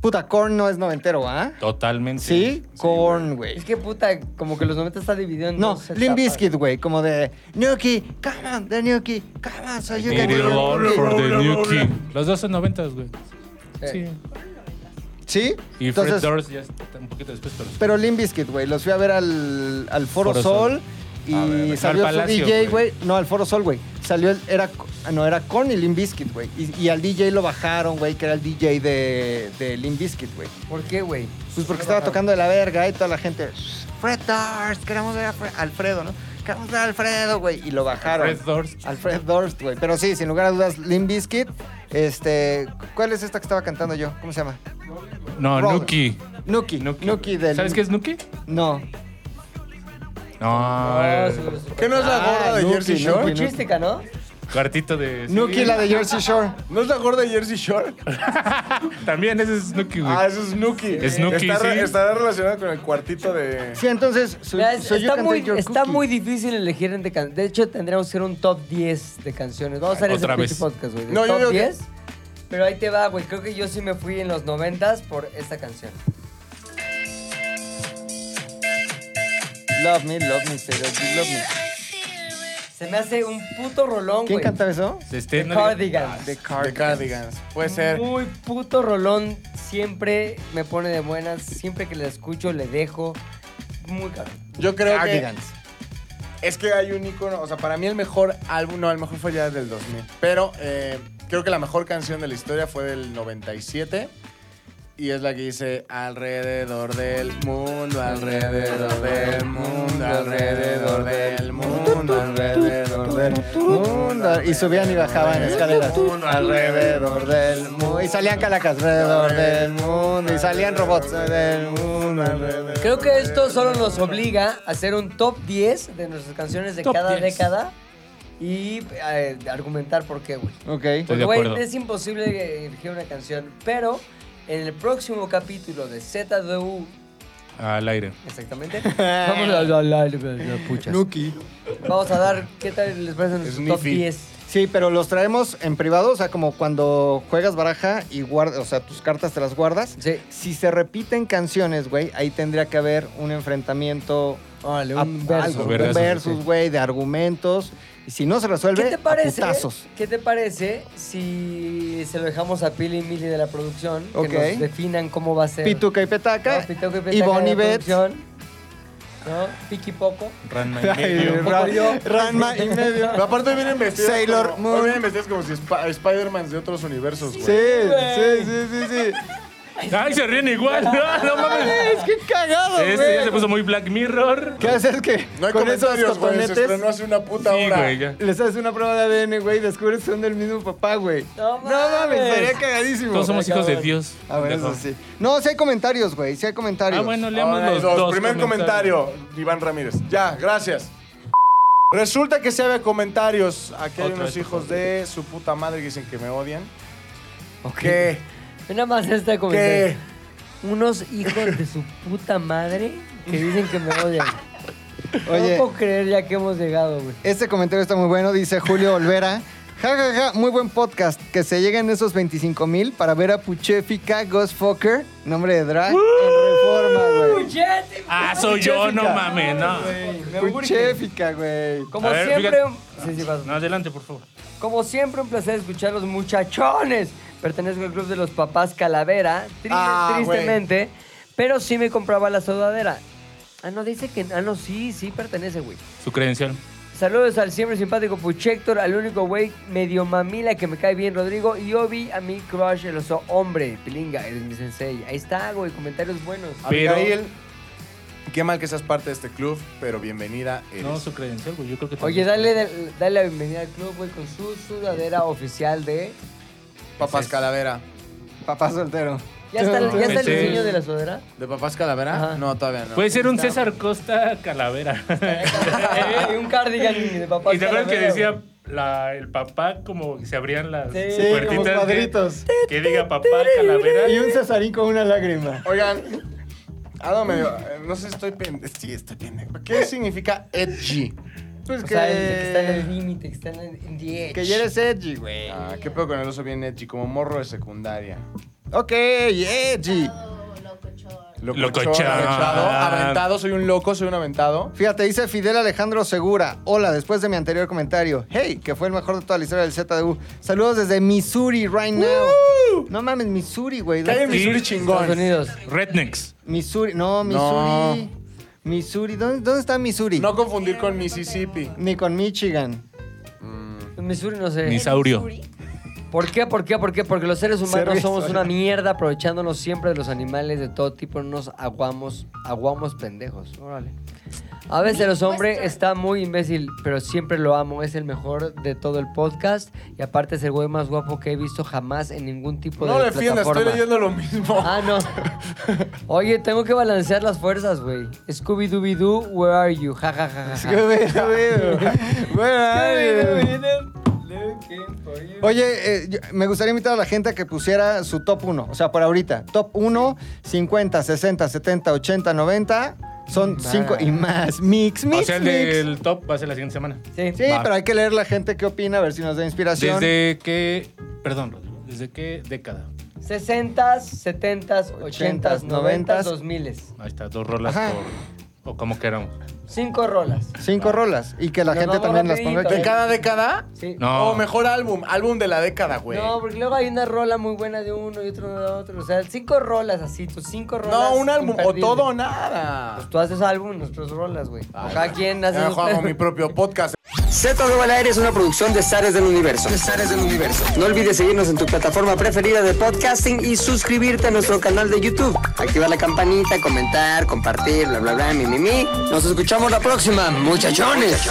Puta, Korn no es noventero, ¿ah? Totalmente. Sí, Korn, Es güey. que puta, como que los 90 está dividido en No, dos Limp etapas. Bizkit, güey. Como de. Nuki, come on, the Nuki, come on, so you Need can it all do it". for the new king. Los dos son noventas, güey. Sí. Sí. Sí, Y entonces. Fred Durst ya está un poquito después, pero... Pero Limp Bizkit, güey. Los fui a ver al, al Foro, Foro Sol. Sol. Y A ver, no, salió al su Palacio, DJ, güey. güey. No, al Foro Sol, güey. Salió el. Era, no, era Korn y Limp Bizkit, güey. Y, y al DJ lo bajaron, güey, que era el DJ de, de Limp Bizkit, güey. ¿Por qué, güey? Pues porque estaba tocando de la verga y toda la gente. Fred Durst, queremos ver a Fre- Alfredo, ¿no? Queremos ver a Alfredo, güey. Y lo bajaron. Fred Durst. Alfred Durst, güey. Pero sí, sin lugar a dudas, Limp Bizkit. Este. ¿Cuál es esta que estaba cantando yo? ¿Cómo se llama? No, Roll. Nuki. Nuki. Nuki, del. ¿Sabes qué es Nuki? No. No, No, eh, su- su- ¿Qué no es la Ah, gorda de Nuki, Jersey Nuki. Shore? Cuchística, ¿no? cuartito de... sí. Nuki, la de Jersey Shore. ¿No es la gorda de Jersey Shore? También ese es Nuki, güey. Ah, eso es Nuki. Es Nuki, Está re- sí. Estará relacionado con el cuartito de... Sí, entonces. su- Mira, es- soy yo está, canté muy, Your está Cookie. muy difícil elegir entre canciones. De hecho, tendríamos que hacer un top 10 de canciones. Vamos a hacer ese Otra pinche vez. podcast, güey. de No, yo top digo que- 10. Pero ahí te va, güey. Creo que yo sí me fui en los 90 por esta canción. Love me, love me, say that you love me. Se me hace un puto rolón, ¿Quién güey. cantaba eso? Este, The no diga- Cardigans. The De Cardigans. Puede ser. Muy puto rolón. Siempre me pone de buenas. Siempre que la escucho, le dejo. Muy caro. Yo creo que... Cardigans. Es que hay un icono... O sea, para mí el mejor álbum... No, el mejor fue ya del 2000. Pero eh, creo que la mejor canción de la historia fue del 97. Y es la que dice... Alrededor del mundo, alrededor del mundo, alrededor del mundo, alrededor del Mundo. Y subían y bajaban escaleras. Mundo alrededor del mundo. Y salían calacas alrededor del mundo. Y salían robots del mundo alrededor. Creo que esto solo nos obliga a hacer un top 10 de nuestras canciones de Top cada 10. década y eh, argumentar por qué, güey. Ok. Estoy de Güey, acuerdo. es imposible elegir una canción, pero en el próximo capítulo de ZDU, Al aire. exactamente, vamos a, la- la- la- la- puchas. Nuki. Vamos a dar, ¿qué tal les parece nuestro top Sniffy. 10? Sí, pero los traemos en privado, o sea, como cuando juegas baraja y guardas, o sea, tus cartas te las guardas. Sí. Si se repiten canciones, güey, ahí tendría que haber un enfrentamiento Órale, a- un algo, verso. un Versus, versus, güey, de argumentos. Y si no se resuelve, ¿Qué te parece? a putazos. ¿Qué te parece si se lo dejamos a Pili y Mili de la producción? Ok. Que nos definan cómo va a ser. Pituca y petaca. No, Pitoco y y Petaca Bonnie de Betts. producción, ¿No? Piqui Poco. Ranma y Ay, medio. Ra- yo. Ranma y medio. Pero aparte vienen vestidos. Sailor como, Moon. hoy vienen vestidos como si Sp- Spider-Man de otros universos, güey. Sí, sí, sí, sí, sí. Ay, se ríen igual. Ah, No, no mames. Es que cagado, güey. Este ya se puso muy Black Mirror. ¿Qué haces que No hay con esos comentarios, güey. Se estrenó cotonetes hace una puta Sí, hora. güey, ya. les haces una prueba de ADN, güey, y descubres que son del mismo papá, güey? No mames. estaría cagadísimo. Todos somos hijos de Dios. Ah, bueno, eso Pendejo. sí. No, sí hay comentarios, güey, sí hay comentarios. Ah, bueno, leamos Ahora hay los dos. dos. Primer comentarios. comentario, Iván Ramírez. Ya, gracias. Resulta que se había comentarios. Aquí hay Otra unos vez, por hijos favor. de su puta madre que dicen que me odian. Ok. Que Yo nada más esta comentario. Unos hijos de su puta madre que dicen que me odian. Oye. No puedo creer ya que hemos llegado, güey. Este comentario está muy bueno, dice Julio Olvera. Ja, ja, ja, muy buen podcast. Que se lleguen esos 25 mil para ver a Puchefica Ghost Fucker, nombre de drag, en reforma, güey. Ah, soy yo, no mames, no. Puchefica, güey. Como A ver, siempre. fíjate. Sí, sí, vas. No, adelante, por favor. Como siempre, un placer escuchar los muchachones. Pertenezco al club de los papás Calavera, tri- Ah, güey. tristemente, pero sí me compraba la sudadera. Ah, no, dice que. Ah, no, sí, sí pertenece, güey. Su credencial. Saludos al siempre simpático Puchector, al único güey medio mamila que me cae bien, Rodrigo. Y yo vi a mi crush, el oso hombre, Pilinga, eres mi sensei. Ahí está, güey, comentarios buenos. Pero- Abigail, qué mal que seas parte de este club, pero bienvenida. eres. No, su credencial, güey. Yo creo que Oye, dale, también. dale, dale la bienvenida al club, güey, con su sudadera oficial de... Papás Calavera. Papá soltero. ¿Ya está, el- ya está el Sí. diseño de la sudadera? ¿De Papás Calavera? Ajá. No, todavía no. Puede ser un César Costa Calavera. y un cardigan de papá. y te acuerdas que Pues Calavera, güey. decía la- el papá como que se abrían las Sí, Sí, puertitas como de- cuadritos. que diga papá Calavera. Y un Cesarín con una lágrima. Oigan, algo medio. eh, No sé, estoy pendejo. Sí, estoy pendejo. ¿Qué significa edgy? Pues O que, sea, el que está en el límite, que está en el en the edge. que ya eres edgy, güey. Ah, ¿Qué pedo con el oso bien edgy? Como morro de secundaria. Ok, edgy. Locochón. Aventado, aventado, soy un loco, soy un aventado. Fíjate, dice Fidel Alejandro Segura. Hola, después de mi anterior comentario. Hey, que fue el mejor de toda la historia del ZDU. Saludos desde Missouri right now. No mames, Missouri, güey. Calle Sí. Missouri Estados chingón. Unidos. Rednecks. Missouri, no, Missouri. Missouri, ¿dónde, dónde está Missouri? No confundir con Mississippi. Ni con Michigan. En Missouri no sé. Misaurio. ¿Por qué? ¿Por qué? ¿Por qué? Porque los seres humanos Servicio. somos una mierda aprovechándonos siempre de los animales de todo tipo. No nos aguamos, aguamos pendejos. Órale. A veces los hombres está muy imbécil, pero siempre lo amo. Es el mejor de todo el podcast. Y aparte es el güey más guapo que he visto jamás en ningún tipo No de defiendas, estoy plataforma. leyendo lo mismo. Ah, no. Oye, tengo que balancear las fuerzas, güey. Scooby-Dooby-Doo, where are you? Ja, ja, ja, ja, ja. Qué pedo, pedo. Bueno, ay, Oye, eh, yo- me gustaría invitar a la gente a que pusiera su top 1. O sea, por ahorita. Top 1, 50, 60, 70, 80, 90. Son 5 y más. Mix, mix, O sea, el mix. del top va a ser la siguiente semana. Sí. Sí, Va. pero hay que leer la gente qué opina, a ver si nos da inspiración. ¿Desde qué. Perdón, Rodrigo. ¿Desde qué década? 60s, 70s, 80s, 90s, 2000s. Ahí está, dos rolas Ajá. por. O como queramos. Cinco rolas. Cinco rolas. Y que la Nos gente vamos también las rapidito, ponga ¿eh? aquí. ¿De cada década? Sí. No. O mejor álbum, álbum de la década, güey. No, porque luego hay una rola muy buena de uno y otro de otro. O sea, cinco rolas así, tus cinco rolas. No, un álbum, o imperdibles. todo o nada. Pues tú haces álbum, nuestros rolas, güey. O Cada quien hace. Ah, Ya sus- hago mi propio podcast. Z de al aire es una producción de Zares del Universo. del Universo. No olvides seguirnos en tu plataforma preferida de podcasting y suscribirte a nuestro canal de YouTube. Activar la campanita, comentar, compartir, bla, bla, bla, mi, mi, mi. Nos escuchamos la próxima, muchachones.